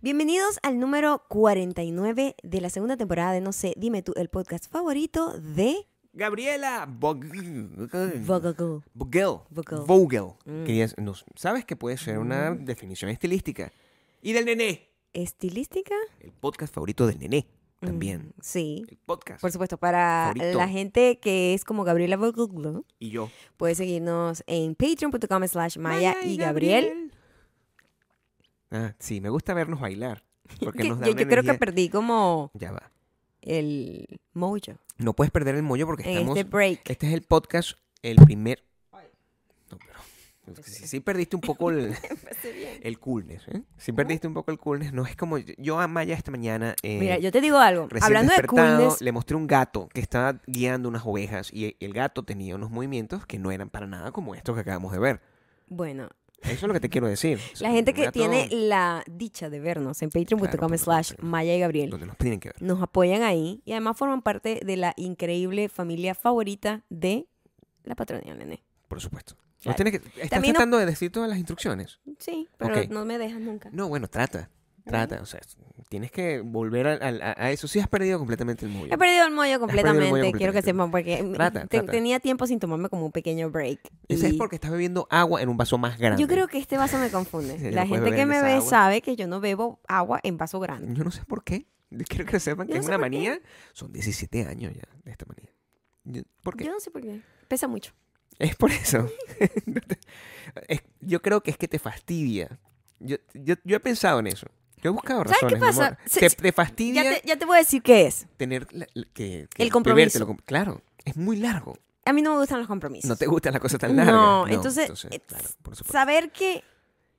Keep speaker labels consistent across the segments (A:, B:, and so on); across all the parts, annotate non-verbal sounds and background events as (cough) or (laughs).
A: Bienvenidos al número 49 de la segunda temporada de No sé, dime tú, el podcast favorito de
B: Gabriela Bog-
A: Vogue.
B: Vogel.
A: Vogel.
B: Vogel.
A: Mm.
B: Que ya es- nos- ¿Sabes que puede ser una definición estilística? Y del nené.
A: ¿Estilística?
B: El podcast favorito del nené. También.
A: Sí.
B: El podcast.
A: Mm. Por supuesto, para
B: Favorito.
A: la gente que es como Gabriela Vogue,
B: Y yo.
A: puede seguirnos en patreon.com slash Maya y Gabriel.
B: Ah, sí, me gusta vernos bailar. Porque
A: Que (laughs)
B: nos
A: yo
B: da
A: yo
B: una
A: creo que
B: energía.
A: perdí como
B: Ya va.
A: el mojo
B: No puedes perder el mollo porque
A: en
B: estamos.
A: este break.
B: Este es el podcast, el primer. No, pero. Sí, sí perdiste un poco el, el coolness, ¿eh? Sí perdiste un poco el coolness. No es como. Yo a Maya esta mañana. eh,
A: Mira, yo te digo algo.
B: recién
A: Hablando de
B: despertado,
A: coolness,
B: Le mostré un gato que estaba guiando unas ovejas y el gato tenía unos movimientos que no eran para nada como estos que acabamos de ver.
A: bueno,
B: Eso es lo que te quiero decir. O
A: (laughs)
B: sea,
A: la gente
B: un
A: que
B: gato
A: tiene la dicha de vernos en patreon.com
B: Claro, por
A: slash
B: supuesto.
A: Maya y Gabriel.
B: Donde nos tienen que ver.
A: nos apoyan ahí y además forman parte de la increíble familia favorita de la patrona del nene.
B: Por supuesto. Nos
A: Claro.
B: tienes que- estás
A: También no-
B: tratando de decir todas las instrucciones.
A: Sí, pero
B: Ok.
A: no me dejas nunca.
B: No, bueno, trata. Trata. O sea, tienes que volver al- al- a, a eso. Sí, has perdido completamente el móvil.
A: He perdido el mollo
B: perdido el
A: completamente,
B: mollo
A: quiero que
B: completamente.
A: sepan, porque me-
B: Trata,
A: te-
B: trata.
A: tenía tiempo sin tomarme como un pequeño break.
B: Ese
A: y
B: es porque estás bebiendo agua en un vaso más grande.
A: Yo creo que este vaso me confunde.
B: Sí, no
A: la
B: puedes
A: gente
B: beber
A: que me
B: esa
A: ve
B: agua.
A: sabe que yo no bebo agua en vaso grande.
B: Yo no sé por qué. (laughs) Yo Quiero que sepan que
A: Yo no
B: es
A: sé
B: una
A: por qué.
B: manía. Son 17 años ya de esta manía. Yo- ¿Por qué?
A: Yo no sé por qué. Pesa mucho.
B: Es por eso. (laughs) Es- yo creo que es que te fastidia. Yo, yo, yo he pensado en eso. Yo he buscado
A: ¿Sabes
B: razones.
A: qué
B: mi
A: pasa?
B: amor.
A: Se-
B: te,
A: se-
B: te fastidia
A: Ya te, ya te voy a decir qué es.
B: tener la- la- que, que
A: El compromiso.
B: bebértelo com- Claro, es muy largo.
A: A mí no me gustan los compromisos.
B: No te gustan las cosas tan
A: No,
B: largas.
A: entonces, eh,
B: claro, por supuesto.
A: Saber que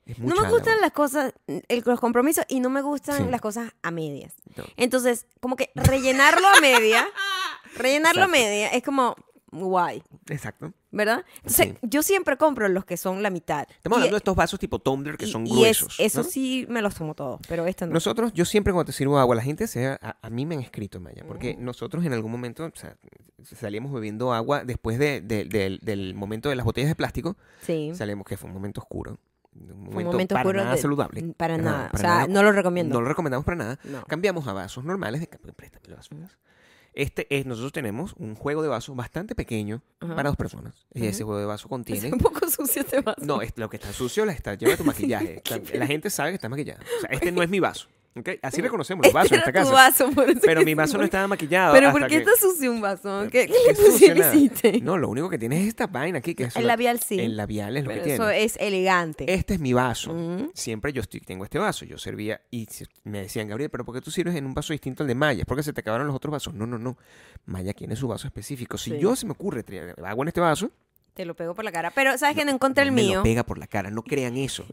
B: Es
A: No
B: mucha
A: me
B: la
A: gustan
B: hora.
A: las cosas, el- los compromisos y no me gustan
B: Sí.
A: las cosas a medias.
B: No.
A: Entonces, como que rellenarlo a media, rellenarlo
B: Exacto.
A: a media es como guay,
B: Exacto.
A: ¿verdad? Entonces,
B: Sí.
A: yo siempre compro los que son la mitad.
B: Estamos
A: Y-
B: hablando de estos vasos tipo tumbler que
A: y-
B: son
A: y es-
B: gruesos.
A: eso
B: ¿no?
A: sí me los tomo todos, pero esto no.
B: Nosotros, yo siempre cuando te sirvo agua, la gente se, a, a mí me han escrito, Maya, porque nosotros en algún momento o sea, salíamos bebiendo agua después de- de- del- del momento de las botellas de plástico,
A: sí.
B: salíamos que fue un momento oscuro, un momento,
A: Fue un momento
B: para
A: oscuro
B: nada
A: de-
B: saludable.
A: Para nada. o
B: para
A: sea,
B: nada.
A: no lo recomiendo.
B: No lo recomendamos para nada.
A: No.
B: Cambiamos a vasos normales. De, pues, préstame el vaso. Este es, nosotros tenemos un juego de vasos bastante pequeño
A: Ajá.
B: para dos personas. Y ese
A: Ujú.
B: juego
A: (laughs)
B: de
A: (laughs)
B: vaso
A: Es
B: contiene
A: un poco sucio este vaso.
B: no, es, lo que está sucio la está
A: (laughs)
B: lleva tu maquillaje. Está- la gente sabe que está maquillada. O sea, este no es mi vaso. ¿ok? Así reconocemos los
A: Este
B: vasos en
A: era
B: esta
A: tu
B: casa.
A: vaso, (laughs) por eso
B: Pero
A: que
B: mi
A: se
B: vaso no
A: murió.
B: estaba maquillado.
A: Pero
B: hasta
A: ¿por qué
B: que-
A: está sucio un vaso? ¿Qué, qué
B: que
A: le
B: es sucio
A: pusiste?
B: nada. No, lo único que tienes es esta vaina aquí. Que es
A: El
B: una-
A: labial sí.
B: El labial es lo
A: Pero
B: que
A: eso
B: tiene.
A: es Mm. elegante.
B: Este es mi vaso.
A: Ujú.
B: Siempre yo estoy, tengo este vaso. Yo servía y se- me decían, Gabriel, ¿pero por qué tú sirves en un vaso distinto al de Maya? ¿Es porque se te acabaron los otros vasos? No, no, no. Maya tiene su vaso específico. Si
A: Sí.
B: yo se me ocurre traer agua en este vaso,
A: Te lo pego por la cara. Pero sabes que no encontré el
B: me
A: mío.
B: lo pega por la cara.
A: (laughs)
B: No crean eso.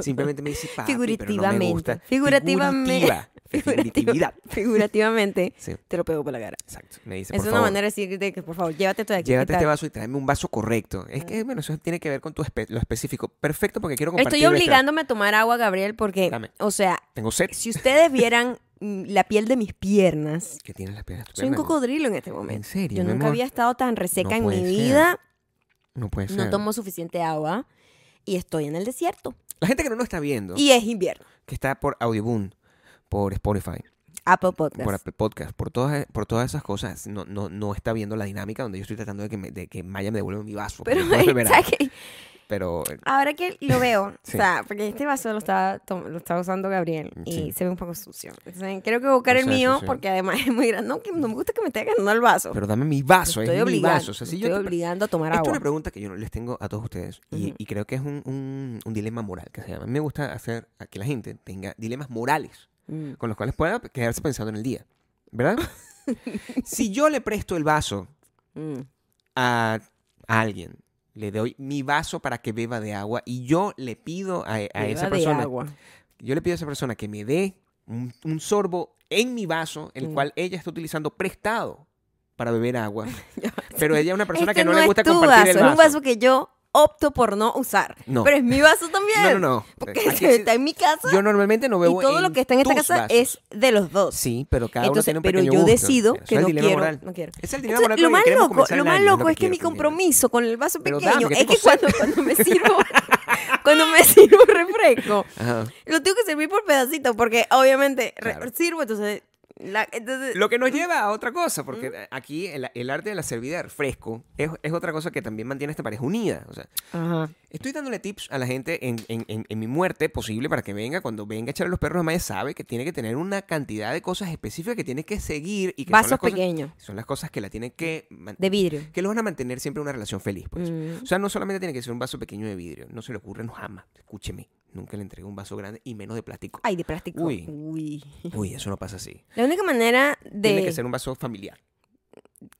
B: Simplemente me dice, papi, pero no me
A: Figurativamente.
B: gusta.
A: Figurativamente. (laughs)
B: Figurativa.
A: Figurativa-
B: Figuratividad.
A: Figurativamente,
B: Sí,
A: te lo pego por la cara.
B: exacto. Me dice,
A: es
B: por
A: una
B: favor,
A: manera de decirte que, por favor, llévate esto de aquí. ¿qué
B: Llévate
A: tal?
B: este vaso y tráeme un vaso correcto. Es que, bueno, eso tiene que ver con tu espe- lo específico. Perfecto, porque quiero compartir.
A: Estoy obligándome a tomar agua, Gabriel, porque,
B: Dame.
A: o sea,
B: Tengo sed.
A: si ustedes vieran (laughs) mm, la piel de mis piernas,
B: Que tienes las piernas
A: soy un
B: estupendas, ¿no?
A: cocodrilo en este momento.
B: ¿En serio,
A: Yo
B: mi
A: nunca
B: amor?
A: había estado tan reseca
B: No
A: en mi
B: puede ser.
A: vida.
B: No puede ser.
A: No tomo suficiente agua y estoy en el desierto.
B: La gente que no nos está viendo,
A: Y es invierno.
B: que está por Audioboom, por Spotify,
A: Apple Podcast.
B: por Apple Podcast, por todas, por todas esas cosas, no, no, no está viendo la dinámica donde yo estoy tratando de que, me- de que Maya me devuelva mi vaso.
A: Pero,
B: porque después
A: (laughs)
B: volverá.
A: ¿sabes qué?
B: Pero, eh,
A: Ahora que lo veo,
B: Sí.
A: o sea, porque este vaso lo estaba, tom- lo estaba usando Gabriel y
B: Sí.
A: se ve un poco sucio. Entonces, creo que buscar
B: O
A: el
B: sea,
A: mío
B: sucio.
A: porque además es muy grande. No, que no me gusta que me esté ganando el vaso.
B: pero dame mi vaso,
A: estoy
B: es mi
A: obligando,
B: vaso. O sea, si yo
A: estoy
B: te-
A: obligando a tomar
B: Esta es
A: agua.
B: una pregunta que yo no- les tengo a todos ustedes y,
A: Ujú.
B: y creo que es un, un- un dilema moral que se llama. A mí me gusta hacer a que la gente tenga dilemas morales
A: Mm.
B: con los cuales pueda quedarse pensando en el día, ¿verdad?
A: (laughs)
B: si yo le presto el vaso
A: Mm.
B: a, a alguien, le doy mi vaso para que beba de agua y yo le pido a, a
A: Beba
B: esa
A: de
B: persona,
A: agua.
B: yo le pido a esa persona que me dé un, un sorbo en mi vaso, el
A: Mm.
B: cual ella está utilizando prestado para
A: (laughs)
B: beber agua, pero ella es una persona que
A: Este
B: no, le gusta
A: es tu
B: compartir
A: vaso,
B: el
A: Es un vaso que yo opto por no usar.
B: No.
A: Pero es mi vaso también.
B: (laughs) No, no, no.
A: (laughs) Porque
B: Aquí sí-
A: está en mi casa
B: Yo normalmente no
A: y
B: bebo
A: todo
B: en
A: lo que está en esta
B: tus
A: casa
B: vasos.
A: es de los dos.
B: Sí, pero cada uno
A: Entonces,
B: tiene un
A: pero
B: pequeño
A: yo
B: gusto.
A: decido
B: Eso
A: que
B: es el
A: no
B: dilema
A: quiero,
B: moral.
A: no quiero.
B: Es el dilema
A: Entonces,
B: moral con
A: lo
B: el
A: más
B: que queremos
A: loco,
B: comenzar
A: lo
B: el
A: más
B: año, es lo
A: loco es que
B: quiero
A: mi
B: entender.
A: compromiso con el vaso
B: Pero
A: pequeño
B: (laughs) dame, que
A: es
B: tengo
A: que cuando, cuando me sirvo, cuando me sirvo refresco,
B: Ajá.
A: lo tengo que servir por pedacitos, porque obviamente re-
B: Claro.
A: sirvo, entonces, la- entonces
B: Lo que nos lleva a otra cosa, porque eh, aquí el, el arte de la servida de refresco es, es otra cosa que también mantiene a esta pareja unida. O sea, estoy dándole tips a la gente en, en- en- en mi muerte posible para que venga, cuando venga a echarle los perros a Maya, sabe que tiene que tener una cantidad de cosas específicas que tiene que seguir y que son
A: vasos
B: las cosas,
A: pequeños
B: son las cosas que la tienen que man-
A: de vidrio.
B: que los van a mantener siempre en una relación feliz, pues.
A: Mm.
B: O sea, no solamente tiene que ser un vaso pequeño de vidrio, no se le ocurre no jamás. Escúcheme, nunca le entregué un vaso grande y menos de plástico.
A: Ay, de plástico.
B: Uy.
A: Uy.
B: Uy, eso no pasa así.
A: La única manera de
B: Tiene que ser un vaso familiar.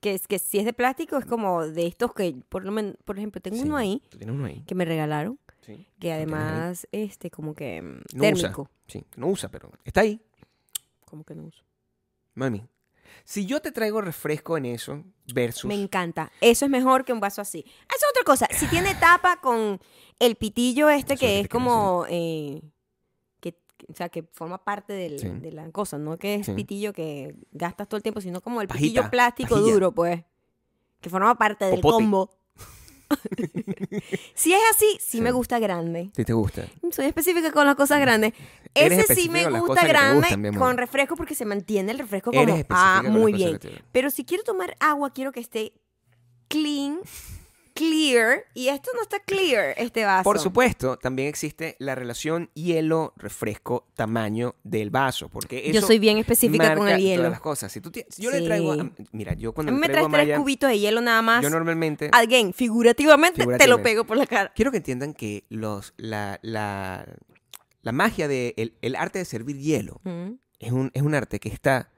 A: que, es- que si es de plástico es como de estos que, por, lo men- por ejemplo, tengo
B: Sí.
A: uno ahí
B: Tú tienes uno ahí.
A: que me regalaron,
B: Sí.
A: que
B: tienes ahí.
A: además, este, como que mm,
B: No usa.
A: térmico.
B: Sí, no usa, pero está ahí,
A: Como que no uso.
B: mami. Si yo te traigo refresco en eso, versus.
A: Me encanta. Eso es mejor que un vaso así. Eso es otra cosa. Si tiene tapa con el pitillo este
B: Eso es
A: que
B: lo que
A: es
B: te quiero
A: como... eh, que, que- o sea, que forma parte del-
B: Sí.
A: de la cosa, no que es
B: Sí.
A: pitillo que gastas todo el tiempo, sino como el pitillo
B: Pajita,
A: plástico
B: pajilla.
A: duro, pues. Que forma parte del
B: Popote. (laughs)
A: combo. si es así, sí,
B: Sí.
A: me gusta grande.
B: Si te gusta.
A: Soy específica con las cosas grandes.
B: Eres
A: Ese sí
B: específica
A: me
B: con las
A: gusta
B: cosas que te
A: grande
B: gustan, mi amor.
A: con refresco porque se mantiene el refresco como
B: Eres específica
A: ah,
B: con las
A: muy
B: cosas
A: bien.
B: que te-
A: Pero si quiero tomar agua, quiero que esté clean, clear. Y esto no está clear, este vaso.
B: Por supuesto, también existe la relación hielo-refresco-tamaño del vaso. Porque eso
A: Yo soy bien específica con
B: marca
A: el
B: Todas
A: hielo.
B: las cosas. Si tú ti- yo le
A: Sí.
B: traigo. a- mira, yo
A: A
B: cuando
A: mí me
B: le traigo
A: traes
B: a
A: tres
B: Maya,
A: cubitos de hielo nada más.
B: yo normalmente.
A: Alguien, figurativamente, te lo
B: Figurativamente.
A: pego por la cara.
B: Quiero que entiendan que los, la, la, la magia del el, el arte de servir hielo
A: Mm.
B: es un, es un arte que está.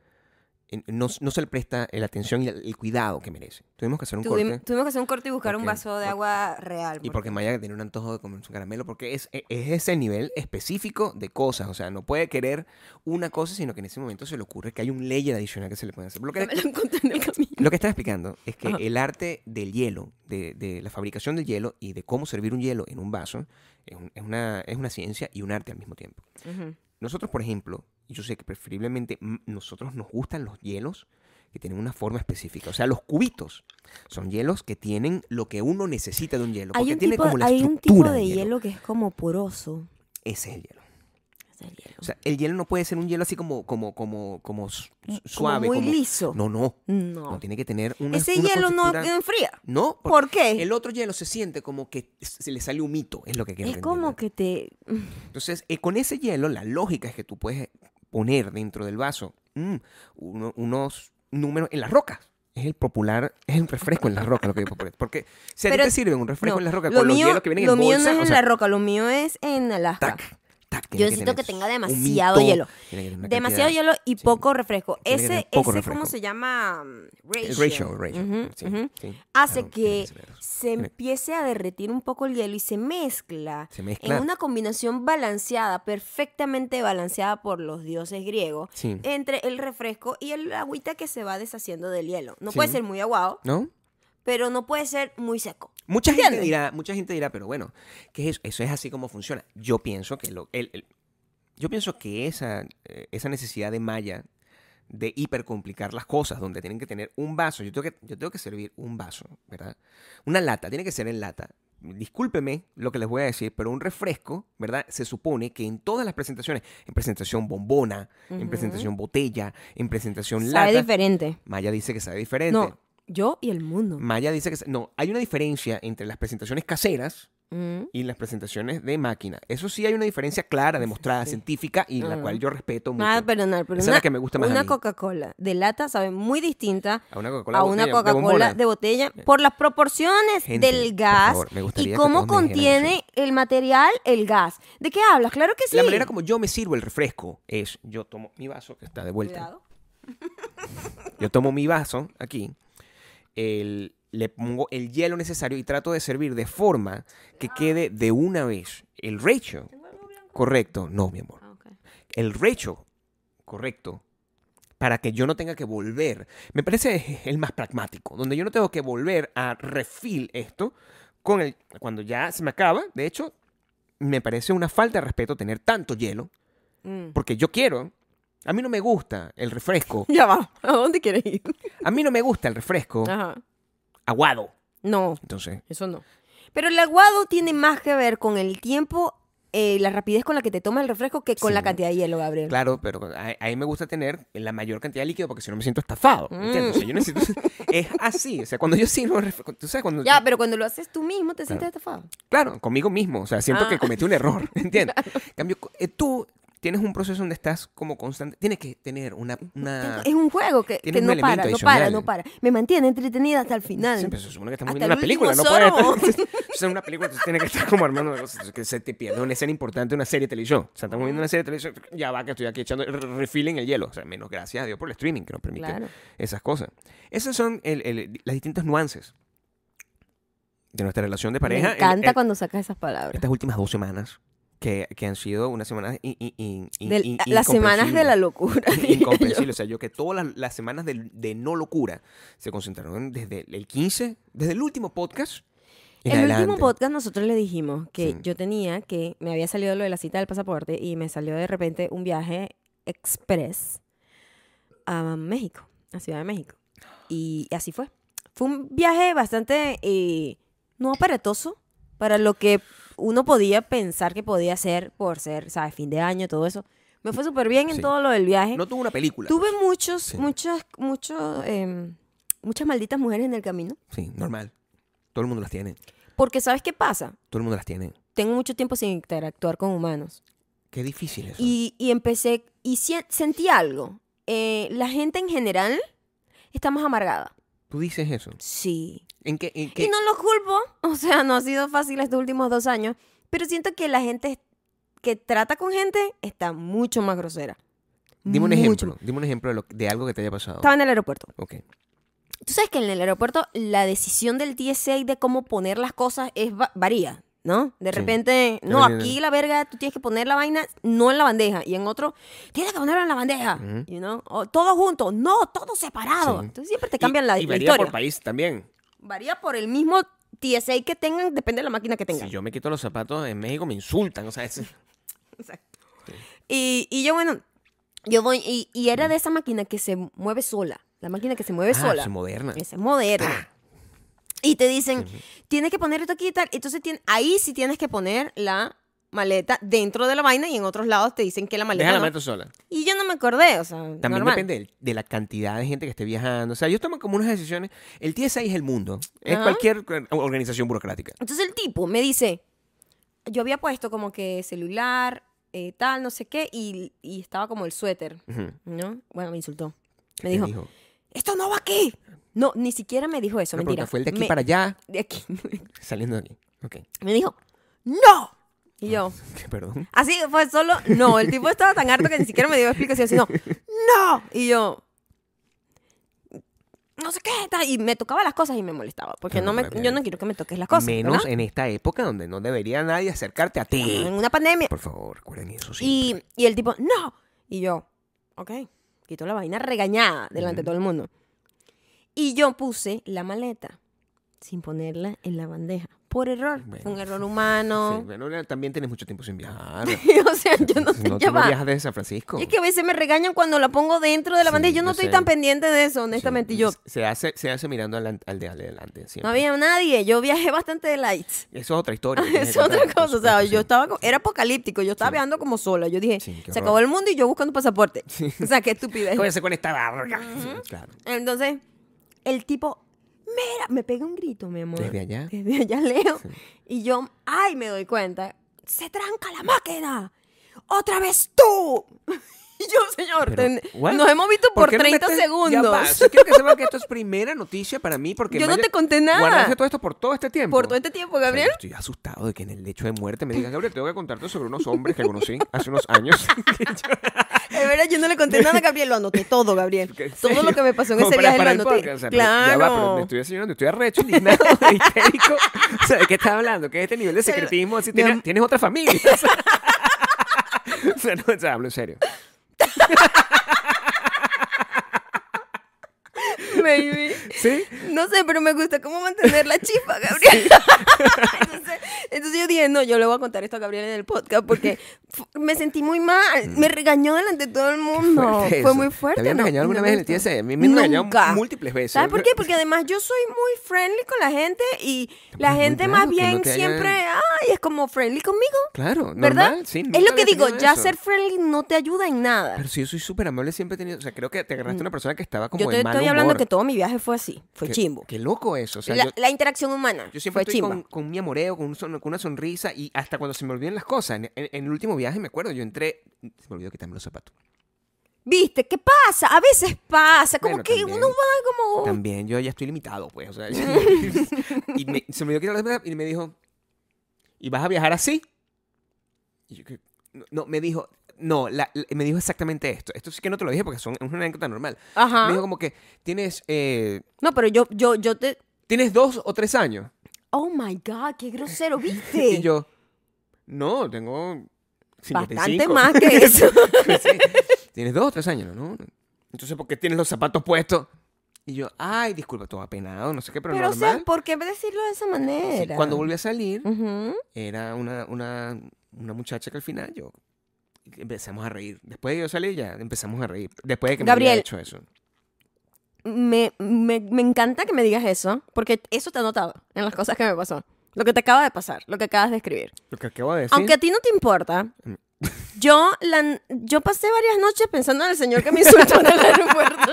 B: en- No, no se le presta la atención y el, el cuidado que merece. Tuvimos que hacer un
A: Tuvimos,
B: corte.
A: tuvimos que hacer un corte y buscar un
B: Porque-
A: vaso de
B: por-
A: agua real.
B: Y porque Maya tiene un antojo de comer su caramelo, porque es, e, es ese nivel específico de cosas. O sea, no puede querer una cosa, sino que en ese momento se le ocurre que hay un layer adicional que se le puede hacer. Lo que,
A: (laughs) me lo encontré en el camino.
B: lo que están explicando es que
A: Ajá.
B: el arte del hielo, de, de la fabricación del hielo y de cómo servir un hielo en un vaso, es, un- es una, es una ciencia y un arte al mismo tiempo.
A: Ujú.
B: Nosotros, por ejemplo, yo sé que preferiblemente mm, nosotros nos gustan los hielos que tienen una forma específica. O sea, los cubitos son hielos que tienen lo que uno necesita de un hielo.
A: Hay,
B: porque
A: un
B: tiene
A: tipo,
B: como la
A: hay un
B: estructura
A: tipo de
B: del
A: hielo. que es como poroso.
B: Ese es el hielo.
A: Es el hielo.
B: O sea, el hielo no puede ser un hielo así como, como, como, como su- suave.
A: Mm, como muy
B: como-
A: liso.
B: No, no.
A: No.
B: No tiene que tener una.
A: Ese
B: una
A: hielo no
B: constructura-
A: enfría.
B: No, porque
A: ¿Por qué?
B: el otro hielo se siente como que se le sale un mito, es lo que quiero
A: es
B: que
A: como que
B: entiendan.
A: te...
B: Entonces, eh, con ese hielo, la lógica es que tú puedes poner dentro del vaso mm, uno- unos números en las rocas. Es el popular, es el refresco en las rocas lo que yo popular. Porque si a ti
A: Pero-
B: te sirven un refresco
A: no,
B: en las rocas
A: lo
B: con
A: mío,
B: los hielos que vienen
A: lo
B: en
A: mío
B: bolsa,
A: no es
B: o
A: en
B: sea,
A: la roca, lo mío es en Alaska.
B: tac, tac,
A: Yo
B: tiene
A: necesito
B: tener
A: que tenga
B: un
A: demasiado
B: mito,
A: hielo.
B: tiene que tener una
A: Demasiado
B: cantidad.
A: hielo y
B: Sí.
A: poco refresco.
B: Tiene que
A: Ese,
B: tener poco
A: ese
B: refresco.
A: ¿cómo se llama? Ratio.
B: El ratio, el ratio.
A: Ujú,
B: sí,
A: ujú.
B: sí.
A: Hace
B: Claro, tiene
A: que
B: ser eso.
A: se empiece a derretir un poco el hielo y se mezcla
B: Se
A: en
B: mezcla.
A: una combinación balanceada, perfectamente balanceada por los dioses griegos,
B: Sí.
A: entre el refresco y el agüita que se va deshaciendo del hielo. No
B: Sí.
A: puede ser muy aguado,
B: ¿No?
A: pero no puede ser muy seco.
B: Mucha gente,
A: ¿Entiendes?
B: dirá, mucha gente dirá, pero bueno, ¿qué es eso? Eso es así como funciona. Yo pienso que lo, el- el- yo pienso que esa, eh, esa necesidad de Maya de hipercomplicar las cosas, donde tienen que tener un vaso, yo tengo que, yo tengo que servir un vaso, ¿verdad? Una lata, tiene que ser en lata. Discúlpeme lo que les voy a decir, pero un refresco, ¿verdad? Se supone que en todas las presentaciones, en presentación bombona, en
A: Ujú.
B: presentación botella, en presentación
A: Sabe
B: lata,
A: diferente.
B: Maya dice que sabe diferente.
A: No, yo y el mundo.
B: Maya dice que... se- No, hay una diferencia entre las presentaciones caseras
A: Mm.
B: y las presentaciones de máquina. Eso sí hay una diferencia clara, demostrada,
A: sí.
B: científica, y la
A: Ah.
B: cual yo respeto mucho.
A: Me vas a perdonar, pero
B: Esa es
A: una,
B: la que me gusta más a
A: una
B: mí.
A: Coca-Cola de lata sabe muy distinta
B: a una Coca-Cola
A: a
B: de
A: una
B: botella, de bombona. Eh.
A: Coca-Cola de botella por las proporciones
B: Gente,
A: del
B: por
A: gas
B: favor, me
A: y
B: gustaría que
A: cómo
B: todos me dijeran
A: contiene el material el gas. ¿De qué hablas? Claro que sí.
B: La manera como yo me sirvo el refresco es, yo tomo mi vaso, que está de vuelta,
A: Cuidado.
B: yo tomo mi vaso aquí, el- le pongo el hielo necesario y trato de servir de forma que
A: Ah.
B: quede de una vez el ratio correcto. No, mi amor.
A: Ah, ok.
B: el recho correcto para que yo no tenga que volver. Me parece (laughs) el más pragmático, donde yo no tengo que volver a refil esto con el cuando ya se me acaba. De hecho, me parece una falta de respeto tener tanto hielo,
A: Mm.
B: porque yo quiero, a mí no me gusta el refresco,
A: (laughs) Ya va. ¿A dónde quieres ir? Ah.
B: a mí no me gusta el refresco
A: Ajá.
B: aguado.
A: No,
B: Entonces,
A: eso no. Pero el aguado tiene más que ver con el tiempo, eh, la rapidez con la que te tomas el refresco que con
B: Sí.
A: la cantidad de hielo, Gabriel.
B: Claro, pero a, a mí me gusta tener la mayor cantidad de líquido porque si no me siento estafado. ¿entiendes? O sea, yo necesito- (laughs) es así. O sea, cuando yo sirvo refresco, tú sabes, cuando.
A: Ya, pero cuando lo haces tú mismo te
B: Claro.
A: sientes estafado.
B: Claro, conmigo mismo. O sea, siento
A: Ah.
B: que cometí un
A: (laughs)
B: error. ¿Entiendes? En cambio, cu- eh, tú tienes un proceso donde estás como constante. Tienes que tener una. una-
A: Es un juego que,
B: Ah. Tiene
A: que
B: un
A: no
B: elemento
A: para, no para,
B: adicional.
A: no para. Me mantiene entretenida hasta el final.
B: Siempre se supone que estamos
A: Hasta
B: viendo una
A: el
B: película, no
A: último
B: puedes
A: sorbo. (laughs)
B: estar- (laughs) o sea, una película, tú tienes que estar como armando una cosa, que se te pierde una escena importante, de una serie de televisión. O sea, estamos viendo
A: Ah.
B: una serie de televisión, ya va que estoy aquí echando re- refill en el hielo. O sea, menos gracias a Dios por el streaming que nos permite
A: Claro.
B: esas cosas. Esas son el- el- las distintas nuances de nuestra relación de pareja.
A: Me
B: El-
A: encanta
B: el-
A: cuando sacas esas palabras.
B: estas últimas dos semanas, que, que han sido unas semanas in- in- in- in-
A: Del-
B: in-
A: las semanas de la
B: (laughs)
A: locura. (laughs)
B: incomprensibles. Incomprensibles. O sea, yo que todas las, las semanas de, de no locura se concentraron desde el 15, desde el último podcast. en
A: En el último
B: adelante.
A: podcast nosotros le dijimos que
B: Sí.
A: yo tenía que me había salido lo de la cita del pasaporte y me salió de repente un viaje express a México, a Ciudad de México. Y así fue. Fue un viaje bastante eh, no aparatoso para lo que uno podía pensar que podía hacer por ser, ¿sabes? Fin de año, todo eso. Me fue súper bien en
B: Sí.
A: todo lo del viaje.
B: No tuvo una película.
A: Tuve muchos,
B: Sí.
A: muchas, muchos, em, muchas malditas mujeres en el camino.
B: Sí, normal. Todo el mundo las tiene.
A: Porque ¿sabes qué pasa?
B: Todo el mundo las tiene.
A: tengo mucho tiempo sin interactuar con humanos.
B: Qué difícil eso.
A: Y, y empecé, y sie- sentí algo. Eh, la gente en general está más amargada.
B: Tú dices eso.
A: Sí.
B: ¿En qué? en qué-
A: Y no los culpo. (laughs) O sea, no ha sido fácil estos últimos dos años. Pero siento que la gente que trata con gente está mucho más grosera.
B: Dime un
A: Mucho
B: ejemplo.
A: más.
B: Dime un ejemplo de, lo- de algo que te haya pasado.
A: Estaba en el aeropuerto.
B: Ok.
A: Tú sabes que en el aeropuerto la decisión del TSA de cómo poner las cosas es va- varía, ¿no? De
B: Sí.
A: repente,
B: Ya
A: no,
B: varía.
A: aquí la verga, tú tienes que poner la vaina no en la bandeja. Y en otro, tienes que ponerla en la bandeja.
B: Ujú.
A: you know? O todo junto, no, todo separado.
B: Sí.
A: Entonces siempre te cambian
B: Y-
A: la,
B: y
A: la
B: varía
A: historia.
B: por país también.
A: varía por el mismo TSA que tengan, depende de la máquina que tengan.
B: Si yo me quito los zapatos en México me insultan. O sea, es-
A: Exacto. Y, y yo, bueno, yo voy, y, y era de esa máquina que se mueve sola. La máquina que se mueve
B: Ah,
A: sola.
B: se moderna.
A: Esa es moderna. Y te dicen, tienes que poner esto aquí y tal. Entonces tien- ahí sí tienes que poner la maleta dentro de la vaina y en otros lados te dicen que la maleta.
B: Deja la
A: no.
B: maleta sola.
A: Y yo no me acordé, o sea,
B: También
A: normal.
B: depende del- de la cantidad de gente que esté viajando. O sea, ellos toman como unas decisiones. El TSA es el mundo. Es
A: Ajá.
B: cualquier organización burocrática.
A: Entonces el tipo me dice, yo había puesto como que celular, eh, tal, no sé qué, y, y estaba como el suéter,
B: Ujú.
A: ¿no? Bueno, me insultó.
B: ¿Qué
A: Me
B: te
A: dijo,
B: dijo?
A: esto no va aquí. No, ni siquiera me dijo eso,
B: Una
A: mentira.
B: pregunta, fue el de aquí
A: Me-
B: para allá,
A: de aquí. (laughs)
B: saliendo de aquí. Ok, (laughs)
A: me dijo, no. Y yo,
B: Qué perdón.
A: Así fue solo, no, el tipo estaba tan harto que ni siquiera me dio explicación, sino, no, y yo, no sé qué, tal, y me tocaba las cosas y me molestaba, porque
B: Claro,
A: no me,
B: para
A: yo
B: mí.
A: no quiero que me toques las cosas,
B: Ah, Menos
A: ¿verdad? Ah.
B: en esta época donde no debería nadie acercarte a ti.
A: en una pandemia,
B: Por favor, recuerden eso. Sí.
A: y, y el tipo, no, y yo, ok, quito la vaina regañada delante de
B: Ujú.
A: todo el mundo, y yo puse la maleta sin ponerla en la bandeja, por error, fue un
B: Bueno.
A: error humano,
B: también tienes mucho tiempo sin viajar.
A: (laughs) o sea, (laughs) yo no sé
B: no,
A: qué
B: tú no
A: va.
B: viajas desde San Francisco.
A: Y es que a veces me regañan cuando la pongo dentro de la
B: Sí,
A: bandeja. Yo no
B: yo
A: estoy
B: sé.
A: tan pendiente de eso,
B: Sí,
A: honestamente. y yo,
B: se hace, se hace mirando al, al de adelante.
A: no
B: siempre.
A: había nadie. Yo viajé bastante de lights.
B: Eso es
A: (laughs)
B: otra historia. que tienes
A: Es
B: que contar,
A: otra
B: por
A: cosa. O sea,
B: supuesto,
A: yo
B: sí.
A: estaba. co- Era apocalíptico. Yo estaba
B: Sí.
A: viajando como sola. Yo dije, se
B: Sí, qué horror. Pues
A: acabó el mundo y yo buscando pasaporte. (laughs) O sea, qué estupidez.
B: ¿Qué voy a hacer con esta barca? Claro.
A: Entonces, el tipo, mira, me pega un grito, mi amor.
B: Desde allá.
A: Desde allá leo.
B: Sí.
A: Y yo, ay, me doy cuenta. Se tranca la máquina. Otra vez tú. (laughs) Y yo, señor,
B: Pero,
A: ten-
B: ¿what?
A: nos hemos visto por,
B: qué no me
A: 30
B: estás- Ya
A: segundos.
B: va, sí quiero que sepan que esto es primera noticia para mí porque
A: Yo no
B: Maya
A: te conté nada.
B: guardaste todo esto por todo este tiempo.
A: Por todo este tiempo,
B: O sea,
A: Gabriel.
B: yo estoy asustado de que en el lecho de muerte me digas, Gabriel, tengo que contarte sobre unos hombres que conocí hace unos
A: (laughs)
B: años.
A: De verdad, yo no le conté nada a Gabriel. Lo anoté todo, Gabriel.
B: ¿En
A: Todo lo
B: serio?
A: que me pasó en
B: Como
A: ese
B: para-
A: viaje lo
B: para el
A: anoté.
B: podcast, o sea, pero Ya va, pero me
A: claro.
B: estoy desayunando, estoy arrecho, indignado,
A: (laughs)
B: (laughs) histérico. O sea, ¿de qué estás hablando? ¿Qué es este nivel de
A: Pero-
B: secretismo? Así,
A: mi
B: tienes,
A: am-
B: tienes otra familia. (laughs) O sea, o sea, no, o sea, hablo en serio.
A: Baby.
B: ¿Sí?
A: (laughs) (laughs) No sé, pero me gusta cómo mantener la chispa, Gabriel. Entonces, Entonces yo dije, no, yo le voy a contar esto a Gabriel en el podcast porque fu- me sentí muy mal. Me regañó delante de todo el mundo.
B: Mm. Fuerte
A: Fue
B: eso.
A: muy fuerte.
B: ¿Te habían
A: ¿no?
B: regañado alguna
A: No
B: vez en
A: me
B: el
A: gustó.
B: TSE? A mí me han regañado
A: Nunca.
B: múltipas veces.
A: ¿Sabes por qué? Porque además yo soy muy friendly con la gente y la
B: es muy
A: gente
B: raro
A: más
B: que no
A: bien
B: te hayan-
A: siempre, ay, es como friendly conmigo,
B: Claro,
A: ¿verdad?
B: normal, sí. nunca
A: es lo
B: había
A: que digo,
B: tenido
A: ya
B: eso.
A: ser friendly no te ayuda en nada.
B: Pero si yo soy súper amable, siempre he tenido... O sea, creo que te agarraste a una persona que estaba
A: Mm.
B: como
A: Yo te
B: en mal
A: estoy hablando
B: humor.
A: que todo mi viaje fue así, fue
B: Qué-
A: chimbo.
B: Qué loco eso. O sea,
A: la,
B: yo,
A: la interacción humana
B: yo siempre
A: fue
B: estoy
A: chimba.
B: con, con mi amoreo, con, un son- con una sonrisa y hasta cuando se me olvidan las cosas. En, en- en el último viaje me acuerdo, yo entré... Se me olvidó quitarme los zapatos.
A: ¿Viste? ¿Qué pasa? A veces pasa, como
B: Bueno,
A: que
B: también.
A: uno va como... "Oh".
B: También yo ya estoy limitado, pues.
A: (laughs)
B: O sea, (laughs) y me- se me dio quitar la y me dijo, ¿y vas a viajar así? Y yo que- no, no, me dijo, no, la- la- me dijo exactamente esto. Esto sí que no te lo dije porque son, es una anécdota normal.
A: Ajá.
B: Me dijo como que tienes, eh,
A: No, pero yo, yo, yo te...
B: tienes dos o tres años.
A: Oh my God, qué grosero,
B: (laughs) Y
A: ¿viste?
B: yo, no, tengo 55.
A: Bastante más que eso.
B: (laughs) Sí. Tienes dos o tres años, ¿no? Entonces, ¿por qué tienes los zapatos puestos? Y yo, ay, disculpa, todo apenado, no sé qué, pero,
A: Pero, o sea,
B: normal.
A: ¿por qué decirlo de esa
B: Sí,
A: manera?
B: cuando volví a salir,
A: Ujú.
B: era una, una, una muchacha que al final yo empezamos a reír. Después de que yo salí ya empezamos a reír. Después de que me
A: Gabriel.
B: había hecho eso.
A: me, me, me encanta que me digas eso, porque eso te anotaba en las cosas que me pasó. Lo que te acaba de pasar, lo que acabas de escribir.
B: Lo que acabo de decir.
A: Aunque a ti no te importa, yo, la, yo pasé varias noches pensando en el señor que me insultó en el aeropuerto.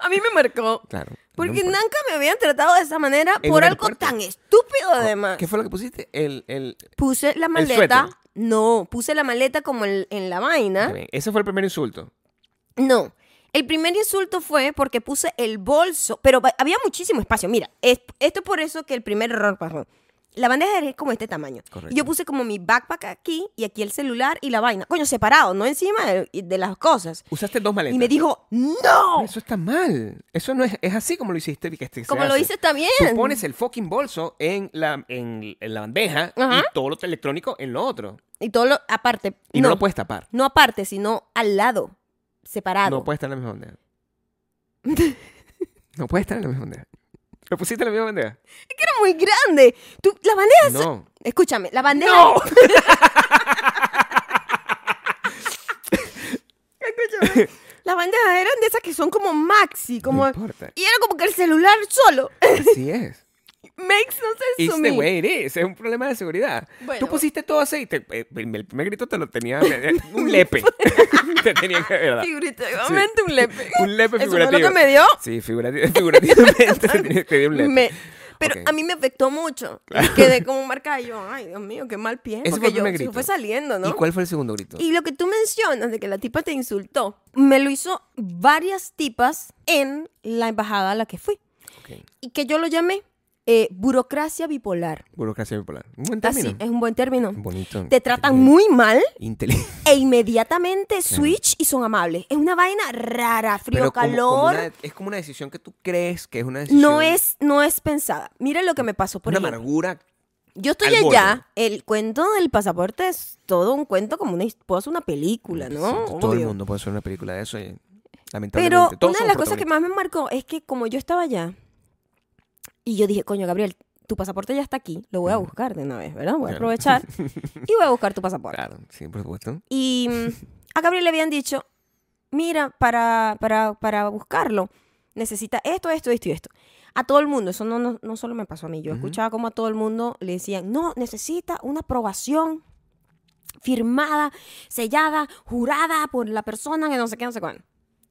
A: A mí me marcó.
B: Claro. no
A: Porque
B: importa.
A: nunca me habían tratado de esa manera
B: En
A: por
B: un
A: algo
B: aeropuerto. Oh,
A: tan estúpido, además.
B: ¿Qué fue lo que pusiste? El, el...
A: Puse la
B: suéter.
A: maleta. No, puse la maleta como en, en la vaina.
B: Está bien, Ese fue el primer insulto.
A: No. El primer insulto fue porque puse el bolso, pero ba- había muchísimo espacio. Mira, es- esto es por eso que el primer error pasó. La bandeja es como este tamaño.
B: Correcto.
A: Y yo puse como mi backpack aquí y aquí el celular y la vaina. Coño, separado, no encima de, de las cosas.
B: Usaste dos maletas.
A: Y me dijo, no,
B: Pero Eso está mal. Eso no es, es así como lo hiciste. que este se
A: como lo
B: hace.
A: hice está bien.
B: Tú pones el fucking bolso en la, en, en la bandeja
A: Ajá.
B: y todo lo electrónico en lo otro.
A: Y todo lo aparte.
B: Y no,
A: no,
B: lo puedes tapar.
A: no aparte, sino al lado, separado.
B: No puede estar en la misma bandeja.
A: (laughs)
B: no puede estar en la misma bandeja. ¿Lo pusiste en la
A: (laughs)
B: misma bandeja?
A: Era muy grande. Tú, la bandeja... se-
B: No.
A: Escúchame, la bandeja...
B: ¡No!
A: (laughs)
B: (laughs)
A: Escúchame. Las bandejas eran de esas que son como maxi, como...
B: No importa.
A: Y era como que el celular solo. (laughs)
B: Así es.
A: Makes no sense
B: It's
A: to
B: the
A: me.
B: way it is. Es un problema de seguridad.
A: Bueno.
B: Tú pusiste todo aceite. Eh, El primer grito te lo
A: (laughs)
B: tenía... Un lepe. te tenía que... ¿verdad?
A: Figurativamente un lepe.
B: (laughs) Un lepe
A: Eso fue lo
B: figurativo.
A: que me dio.
B: Sí,
A: (laughs)
B: figurati- (laughs) figurativamente te tenía- te dio un lepe.
A: Me- Pero
B: Ok.
A: a mí me afectó
B: (laughs)
A: mucho. Quedé como marcada. y Yo, ay, Dios mío, qué mal pie.
B: Ese fue
A: Porque
B: el
A: yo
B: primer
A: se
B: grito.
A: fue saliendo, ¿no?
B: ¿Y cuál fue el segundo grito?
A: Y lo que tú mencionas de que la tipa te insultó, me lo hizo varias tipas en la embajada a la que fui.
B: Ok.
A: Y que yo lo llamé eh, burocracia bipolar.
B: Burocracia bipolar. Un buen término.
A: Así, es un buen término.
B: Bonito.
A: Te tratan muy mal
B: (laughs) Inteligente.
A: e inmediatamente switch y son amables. Es una vaina rara, frío,
B: Pero como- como
A: calor.
B: una- es como una decisión que tú crees que es una decisión.
A: no es, no es pensada. Mira lo que me pasó por
B: una
A: ejemplo.
B: amargura.
A: Yo estoy
B: al borde.
A: allá. El cuento del pasaporte es todo un cuento como una, his- puedo hacer una película, ¿no?
B: Sí, Todo el
A: Obvio.
B: mundo puede hacer una película de eso. y,
A: Pero
B: lamentablemente. todos
A: una de
B: somos
A: las cosas que
B: protagonistas.
A: más me marcó es que como yo estaba allá y yo dije, coño, Gabriel, tu pasaporte ya está aquí, lo voy a buscar de una vez, ¿verdad? Voy a
B: Claro. (laughs)
A: aprovechar y voy a buscar tu pasaporte.
B: Claro, sí, por supuesto.
A: Y mm, a Gabriel le habían dicho, mira, para, para, para buscarlo, necesita esto, esto, esto y esto. A todo el mundo, eso no, no, no solo me pasó a mí, yo
B: Ujú.
A: escuchaba como a todo el mundo le decían, no, necesita una aprobación firmada, sellada, jurada por la persona que no sé qué, no sé cuándo.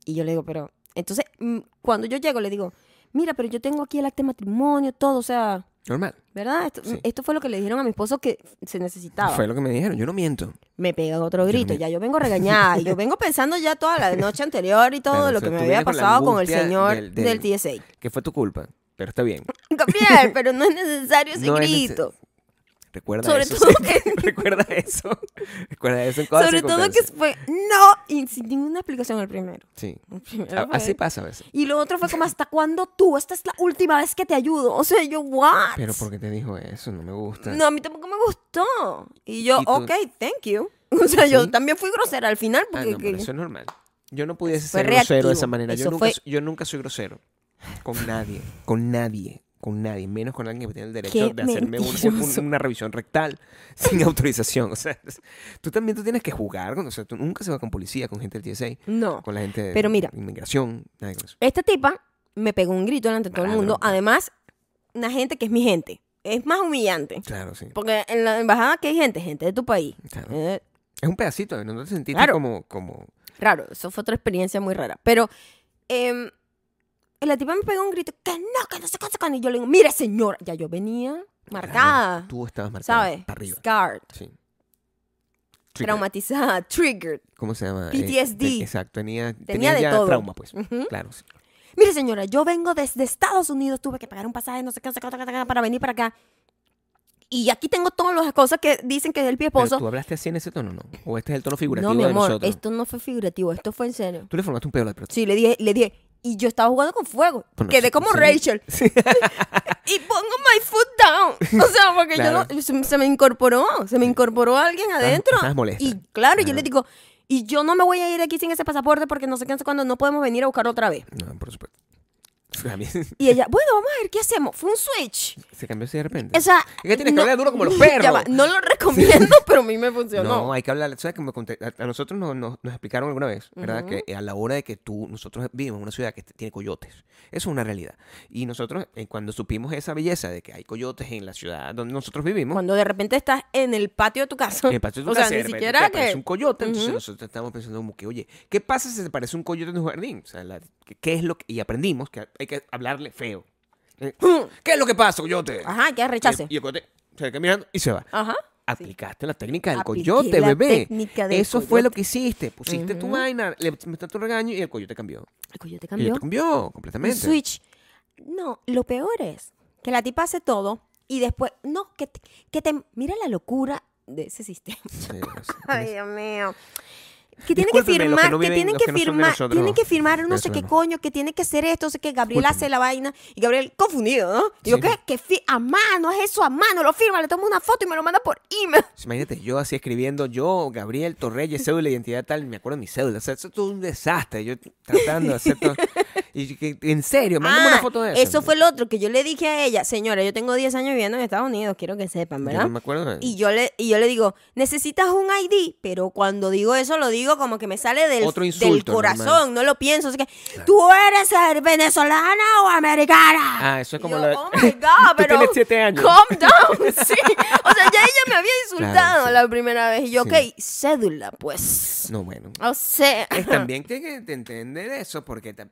A: Y yo le digo, pero, entonces, mm, cuando yo llego le digo, mira, pero yo tengo aquí el acta de matrimonio, todo, o sea,
B: Normal.
A: ¿verdad? Esto, mm,
B: Sí.
A: esto fue lo que le dijeron a mi esposo que se necesitaba
B: Fue lo que me dijeron. Yo no miento.
A: me pega otro
B: Yo
A: grito.
B: también.
A: Ya yo vengo regañada. y yo vengo pensando ya toda la noche anterior y todo
B: Claro,
A: lo
B: o sea,
A: que me
B: tú
A: había
B: vienes con la
A: pasado con el
B: angustia
A: señor
B: del-
A: del,
B: del-
A: TSA.
B: Que fue tu culpa. Pero está bien.
A: Gabriel,
B: (laughs)
A: pero no es necesario ese
B: No es neces-
A: grito.
B: Recuerda
A: Sobre
B: eso.
A: todo
B: sí. (laughs) Recuerda eso. Recuerda eso en todas
A: Sobre todo que
B: circunstancias.
A: fue no y sin ninguna explicación el primero.
B: Sí.
A: El primero
B: A-
A: fue-
B: Ah, Así pasa a veces.
A: Y lo otro fue como, ¿hasta cuándo tú? Esta es la última vez que te ayudo. O sea, yo, ¿what?
B: Pero ¿por qué te dijo eso? No me gusta.
A: No, a mí tampoco me gustó. Y yo,
B: Y tú-
A: ok, thank you. (laughs) O sea,
B: Sí.
A: yo también fui grosera al final
B: Ah,
A: porque...
B: no, pero eso es normal. Yo no pudiese
A: Fue
B: ser grosero
A: reactivo.
B: de esa manera. Yo
A: Eso
B: nunca,
A: fue-
B: yo nunca soy grosero. Con nadie. Con nadie. con nadie, menos con alguien que tiene el derecho
A: ¡Qué
B: de hacerme un- un- un-
A: mentiroso!
B: una revisión rectal (laughs) sin autorización. O sea, es- tú también tú tienes que jugar. Con, o sea, tú nunca se va con policía, con gente del TSA,
A: No.
B: con la gente de
A: Pero mira.
B: inmigración. nada con eso.
A: Esta tipa me pegó un grito delante de todo el
B: Malandro.
A: mundo. Además, una gente que es mi gente. Es más humillante.
B: Claro, sí.
A: Porque en la embajada que hay gente, gente de tu país.
B: Claro.
A: Eh,
B: Es un pedacito, ¿no? no te sentiste
A: Claro.
B: como, como...
A: raro, eso fue otra experiencia muy rara. Pero em, la tipa me pegó un grito, que no, que no se cosa Y yo le digo, mira señora, ya yo venía marcada,
B: Claro, tú estabas marcada.
A: ¿sabes?
B: para arriba.
A: Scarred,
B: Sí. Trigger.
A: traumatizada, triggered.
B: ¿Cómo se llama? Eh,
A: PTSD.
B: te- exacto. Tenía, tenía,
A: de
B: ya
A: todo.
B: trauma, pues.
A: Ujú.
B: Claro, sí.
A: Mira señora, yo vengo desde Estados Unidos, tuve que pagar un pasaje, no sé qué, no sé qué, no sé qué, para venir para acá. Y aquí tengo todas las cosas que dicen que es el
B: Pero
A: esposo.
B: ¿Tú hablaste así en ese tono no? ¿O este es el tono figurativo
A: No, mi
B: de
A: amor,
B: nosotros?
A: esto no fue figurativo, esto fue en serio.
B: Tú le formaste un pedo al prota-
A: Sí, le dije, le dije, y yo estaba jugando con fuego.
B: Con
A: Quedé
B: razón,
A: como
B: sí.
A: Rachel.
B: (laughs)
A: (laughs)
B: Sí.
A: y pongo my foot down. O sea, porque
B: Claro. Ah,
A: yo no, se, se me incorporó, se me incorporó alguien adentro.
B: estabas molesta.
A: Y claro, yo
B: Ajá.
A: le digo, y yo no me voy a ir de aquí sin ese pasaporte porque no sé qué, no sé cuándo, no podemos venir a buscarlo otra vez.
B: No, por supuesto. (laughs) A mí
A: Y ella, bueno, vamos a ver qué hacemos. Fue un switch.
B: se cambió así de repente.
A: O sea,
B: Es que tienes que
A: no-
B: hablar duro como los
A: (laughs) Ya
B: perros.
A: va, no lo recomiendo, (laughs) pero a mí me funcionó.
B: No, hay que hablar. ¿Sabes que me conté- a, a nosotros nos, nos- nos explicaron alguna vez, ¿verdad? Que eh, a la hora de que tú, nosotros vivimos en una ciudad que t- tiene coyotes. Eso es una realidad. Y nosotros, eh, cuando supimos esa belleza de que hay coyotes en la ciudad donde nosotros vivimos,
A: Cuando de repente estás en el patio de tu casa.
B: en el patio de tu
A: o
B: casa,
A: sea,
B: de
A: ni
B: repente
A: siquiera
B: te
A: que...
B: aparece un coyote, entonces
A: Ujú.
B: nosotros estamos pensando como que, oye, ¿qué pasa si se parece un coyote en un jardín? O sea, la- ¿qué, qué es lo que...? Y aprendimos que hay que hablarle feo. Eh,
A: Mm.
B: ¿Qué es lo que pasa, coyote?
A: Ajá, que
B: Y el-
A: rechace.
B: Y el coyote se queda mirando y se va.
A: Ajá.
B: Aplicaste la técnica del
A: Apliqué
B: coyote,
A: la
B: bebé.
A: técnica del
B: Eso fue
A: coyote.
B: lo que hiciste. Pusiste tu
A: Ujú.
B: vaina, le metiste tu regaño y el coyote cambió.
A: El coyote
B: El
A: cambió.
B: coyote cambió
A: Un
B: completamente.
A: Switch. No, lo peor es que la tipa hace todo y después, no, que te, que te- mira la locura de ese sistema.
B: Sí, no sé.
A: (laughs) Ay, Dios mío. Que tienen que
B: Discúlpenme, los que
A: firmar,
B: no
A: que
B: viven-
A: tienen
B: los
A: que
B: que no son de
A: firmar,
B: nosotros,
A: tienen que firmar no sé qué
B: venezolanos.
A: coño, que tiene que hacer esto, sé que Gabriel hace la vaina y Gabriel confundido, ¿no? Y yo
B: Sí.
A: qué, que fi- a mano, es eso a mano, lo firma, le tomo una foto y me lo manda por email.
B: Pues Imagínate, yo así escribiendo, yo, Gabriel Torreyes, cédula, identidad tal, me acuerdo de mi cédula. O sea, eso es todo un desastre. Yo tratando de hacer
A: (laughs)
B: todo. Y que- en serio, mándame
A: Ah,
B: una foto de eso.
A: Eso fue lo otro que yo le dije a ella, señora, yo tengo 10 años viviendo en Estados Unidos, quiero que sepan,
B: Yo
A: ¿verdad?
B: no me acuerdo. de-
A: Y yo le, y yo le digo, necesitas un ID, pero cuando digo eso lo digo como que me sale del,
B: Otro
A: del
B: insulto,
A: corazón,
B: normal.
A: no lo pienso. Así que, ¿tú eres eh, venezolana o americana?
B: Ah, eso es
A: Y
B: como
A: yo,
B: la-
A: Oh my God,
B: (laughs) Tú
A: pero.
B: tienes siete años.
A: Calm down, (laughs) sí. O sea, ya ella
B: (laughs)
A: me había insultado
B: sí.
A: la primera vez. Y yo,
B: Sí.
A: ok, cédula, pues.
B: No, bueno.
A: (laughs) O sea.
B: Es también que que te entender eso, porque ta-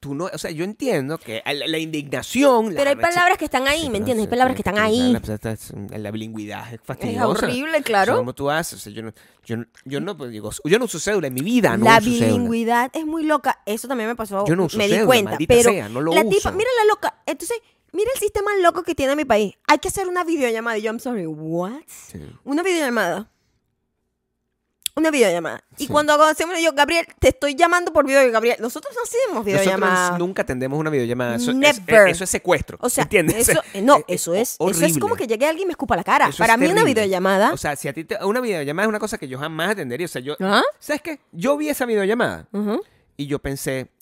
B: tú no, o sea, yo entiendo que la, la indignación. la
A: Pero hay
B: recha-
A: palabras que están ahí,
B: Sí,
A: ¿me
B: no
A: entiendes? Hay
B: sé,
A: palabras que
B: pero
A: están
B: es
A: ahí.
B: La, la- la bilingüidad es fastidiosa.
A: horrible, claro.
B: O sea, ¿Cómo tú haces? O sea, yo no, yo no, yo no, pues, digo, yo no uso cédula en mi vida. No
A: la
B: uso cédula.
A: bilingüidad es muy loca. Eso también me pasó.
B: Yo no uso
A: me di
B: cédula,
A: cuenta.
B: maldita
A: Pero
B: sea, no lo
A: la tipa,
B: uso.
A: mira la loca. Entonces, mira el sistema loco que tiene mi país. Hay que hacer una videollamada. Y yo, I'm sorry, what?
B: Sí.
A: Una videollamada. Una videollamada. Y
B: Sí.
A: cuando hago hacemos yo, Gabriel, te estoy llamando por video, Gabriel. Nosotros no hacemos videollamada.
B: Nosotros nunca atendemos una videollamada. Eso, es-
A: Never.
B: Es, eso es secuestro.
A: o sea,
B: ¿entiendes?
A: eso,
B: (laughs)
A: eh, no, eso es,
B: ho-
A: eso es
B: horrible.
A: como que llegue alguien y me escupa la cara.
B: Eso es
A: Para mí una
B: terrible.
A: videollamada,
B: O sea, si a ti te- una videollamada es una cosa que yo jamás atendería. O sea, yo.
A: ¿Ah?
B: ¿Sabes qué? Yo vi esa videollamada
A: ujú,
B: y yo pensé.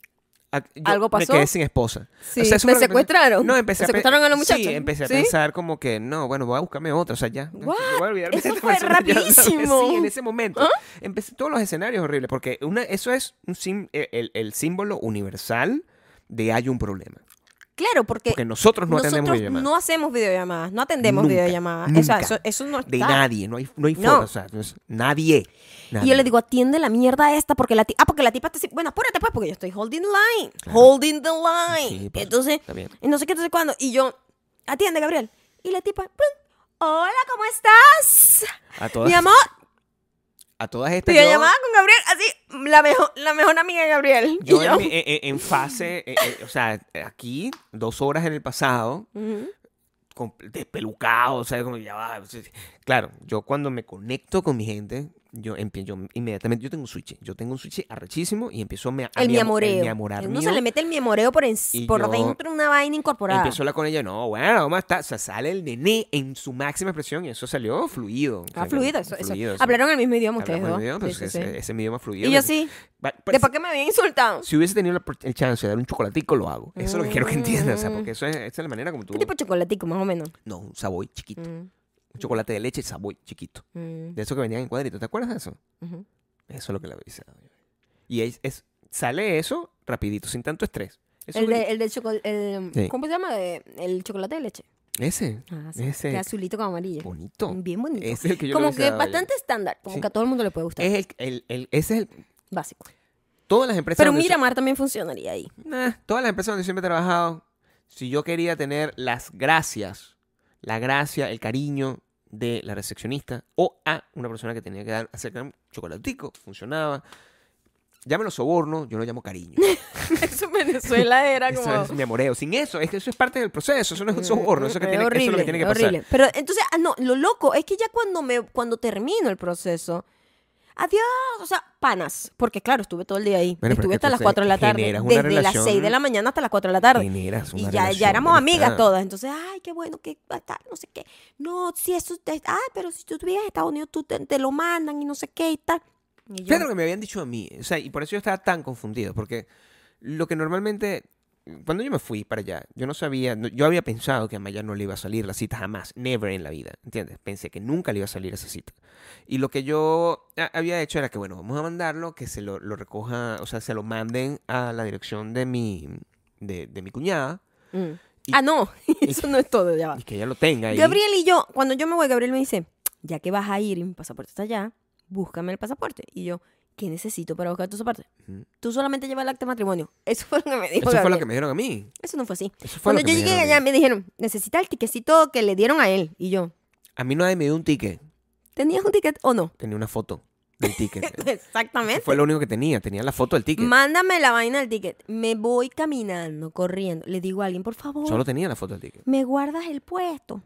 B: a- yo
A: ¿Algo pasó?
B: Me quedé sin esposa.
A: Sí,
B: eso
A: ¿me
B: fue lo que pensé.
A: secuestraron?
B: No, empecé
A: ¿Me
B: a pe-
A: secuestraron a la
B: Sí,
A: muchacha?
B: empecé a
A: ¿Sí?
B: pensar como que no, bueno, voy a buscarme otra. O sea, ya.
A: What?
B: Voy a olvidarme de
A: Eso
B: esta
A: fue
B: persona, ya,
A: rapidísimo. ¿Ah?
B: Sí, en ese momento. Empecé todos los escenarios horribles porque una, eso es un sim- el- el, el símbolo universal de hay un problema.
A: claro, porque,
B: Porque nosotros no atendemos
A: Eh, nosotros
B: videollamadas.
A: no hacemos videollamadas, no atendemos
B: Nunca,
A: videollamadas. O sea,
B: nunca.
A: eso, eso no está.
B: de nadie, no hay, no hay
A: No.
B: forma, o sea, no es- nadie,
A: Y yo
B: nadie.
A: le digo, atiende la mierda esta porque la tipa, ah, porque la tipa te dice, bueno, apúrate pues porque yo estoy holding line, holding the line.
B: Sí, pues,
A: entonces,
B: está bien.
A: y no sé qué, entonces cuándo. Y yo, atiende, Gabriel. Y la tipa, plum, hola, ¿cómo estás?
B: a todas,
A: Mi amor,
B: a todas estas yo,
A: videollamada con Gabriel, así, la mejor, la mejor amiga de Gabriel.
B: yo
A: y
B: en,
A: yo,
B: mi- en- en- en fase, eh, eh, o sea, aquí dos horas en el pasado,
A: ujú.
B: con- despelucado, o sea, como ya va, o sea, claro, yo cuando me conecto con mi gente, yo, empie- yo inmediatamente, yo tengo un switch, yo tengo un switch arrechísimo y empiezo a me, a
A: El
B: mi amo-
A: miamoreo.
B: El miamorar
A: Uno
B: mío.
A: se le mete el miamoreo por, en-
B: Y
A: por
B: yo-
A: dentro una vaina incorporada.
B: Empiezo a hablar con ella, no, bueno, vamos a estar. O sea, sale el nené en su máxima expresión y eso salió fluido. O sea,
A: Ah,
B: que-
A: fluido. Eso, eso.
B: fluido, sí.
A: Hablaron el mismo idioma ustedes
B: Hablamos
A: dos.
B: el idioma, pues,
A: Sí, sí,
B: ese,
A: sí.
B: ese es mi idioma fluido. pues.
A: Y yo
B: que-
A: sí.
B: Pa- pa-
A: Después que me habían insultado.
B: Si hubiese tenido la, por- el chance de dar un chocolatico, lo hago. Eso es lo que quiero que entiendas, o sea,
A: Mm.
B: porque eso es, esa es la manera como tú...
A: ¿Qué tipo de chocolatico, más o menos?
B: No, un saboy chiquito.
A: Mm,
B: Un chocolate de leche saboy chiquito.
A: mm,
B: De eso que venían en cuadritos, ¿te acuerdas de eso?
A: ujú.
B: Eso es lo que le avisa. Y es, es- sale eso rapidito, sin tanto estrés. Eso
A: El,
B: es lo
A: de, el del chocolate. El,
B: Sí.
A: ¿Cómo se llama? De- el chocolate de leche.
B: que- Ese,
A: Ah, sí.
B: Ese.
A: Que azulito con amarillo.
B: bonito.
A: Bien bonito.
B: Ese (laughs) es el que yo le
A: como
B: avisa
A: que
B: a-
A: bastante estándar. Como
B: Sí.
A: que a todo el mundo le puede gustar.
B: Es el, el- el- ese es el...
A: Básico.
B: Todas las empresas...
A: Pero
B: donde
A: Miramar también funcionaría
B: (laughs)
A: ahí.
B: Nah, todas las empresas donde siempre he trabajado, si yo quería tener las gracias, la gracia, el cariño de la recepcionista o a una persona que tenía que dar, acercar un chocolatico, funcionaba. Llámelo soborno, yo lo
A: (laughs)
B: llamo cariño.
A: Eso en Venezuela era como.
B: Eso es mi amoreo. Sin eso, es que eso es parte del proceso, eso no es un soborno, eso, que
A: Es
B: tiene, eso es lo que tiene que pasar.
A: Mm, horrible. Pero entonces, ah, no, lo loco es que ya cuando me cuando termino el proceso, adiós, o sea, panas, porque claro, estuve todo el día ahí,
B: Bueno, pero es
A: estuve
B: que
A: hasta
B: tú
A: las
B: se-
A: 4 de la tarde,
B: generas una
A: desde las
B: relación-
A: 6 de la mañana hasta las 4 de la tarde.
B: Generas
A: Y
B: una
A: ya, ya
B: relación
A: éramos
B: de
A: amigas
B: amistad.
A: todas, entonces, ay, qué bueno que va a estar, no sé qué. No, si eso, te- ay, pero si tú estuvieras en Estados Unidos, tú te, te lo mandan y no sé qué y tal. Y yo,
B: Fíjate lo que me habían dicho a mí. O sea, y por eso yo estaba tan confundido. Porque lo que normalmente. Cuando yo me fui para allá, yo no sabía. no- Yo había pensado que a Maya no le iba a salir la cita jamás. Never en la vida. ¿Entiendes? Pensé que nunca le iba a salir esa cita. Y lo que yo a- había hecho era que, bueno, vamos a mandarlo, que se lo, lo recoja. O sea, se lo manden a la dirección de mi. De, de mi cuñada.
A: mm.
B: y-
A: ah, no, (laughs) eso no es todo, ya va.
B: Y que ella lo tenga ahí.
A: Gabriel y yo, cuando yo me voy, Gabriel me dice, ya que vas a ir y mi pasaporte está allá, búscame el pasaporte. Y yo, ¿qué necesito para buscar tu pasaporte?
B: Ujú.
A: Tú solamente llevas el acta de matrimonio. (laughs) Eso fue lo que me dijo
B: Eso fue lo
A: Gabriel.
B: que me dijeron a mí.
A: Eso no fue así.
B: Eso fue
A: Cuando
B: lo que
A: yo
B: me
A: llegué
B: dijeron a
A: allá,
B: mí.
A: me dijeron, necesita el tiquecito que le dieron a él. Y yo,
B: A mí nadie me dio un ticket.
A: ¿tenías un ticket o no? (laughs)
B: Tenía una foto del ticket.
A: Exactamente.
B: Fue lo único que tenía, tenía la foto del ticket.
A: Mándame la vaina del ticket. Me voy caminando, corriendo. Le digo a alguien, por favor,
B: Solo tenía la foto del ticket.
A: me guardas el puesto.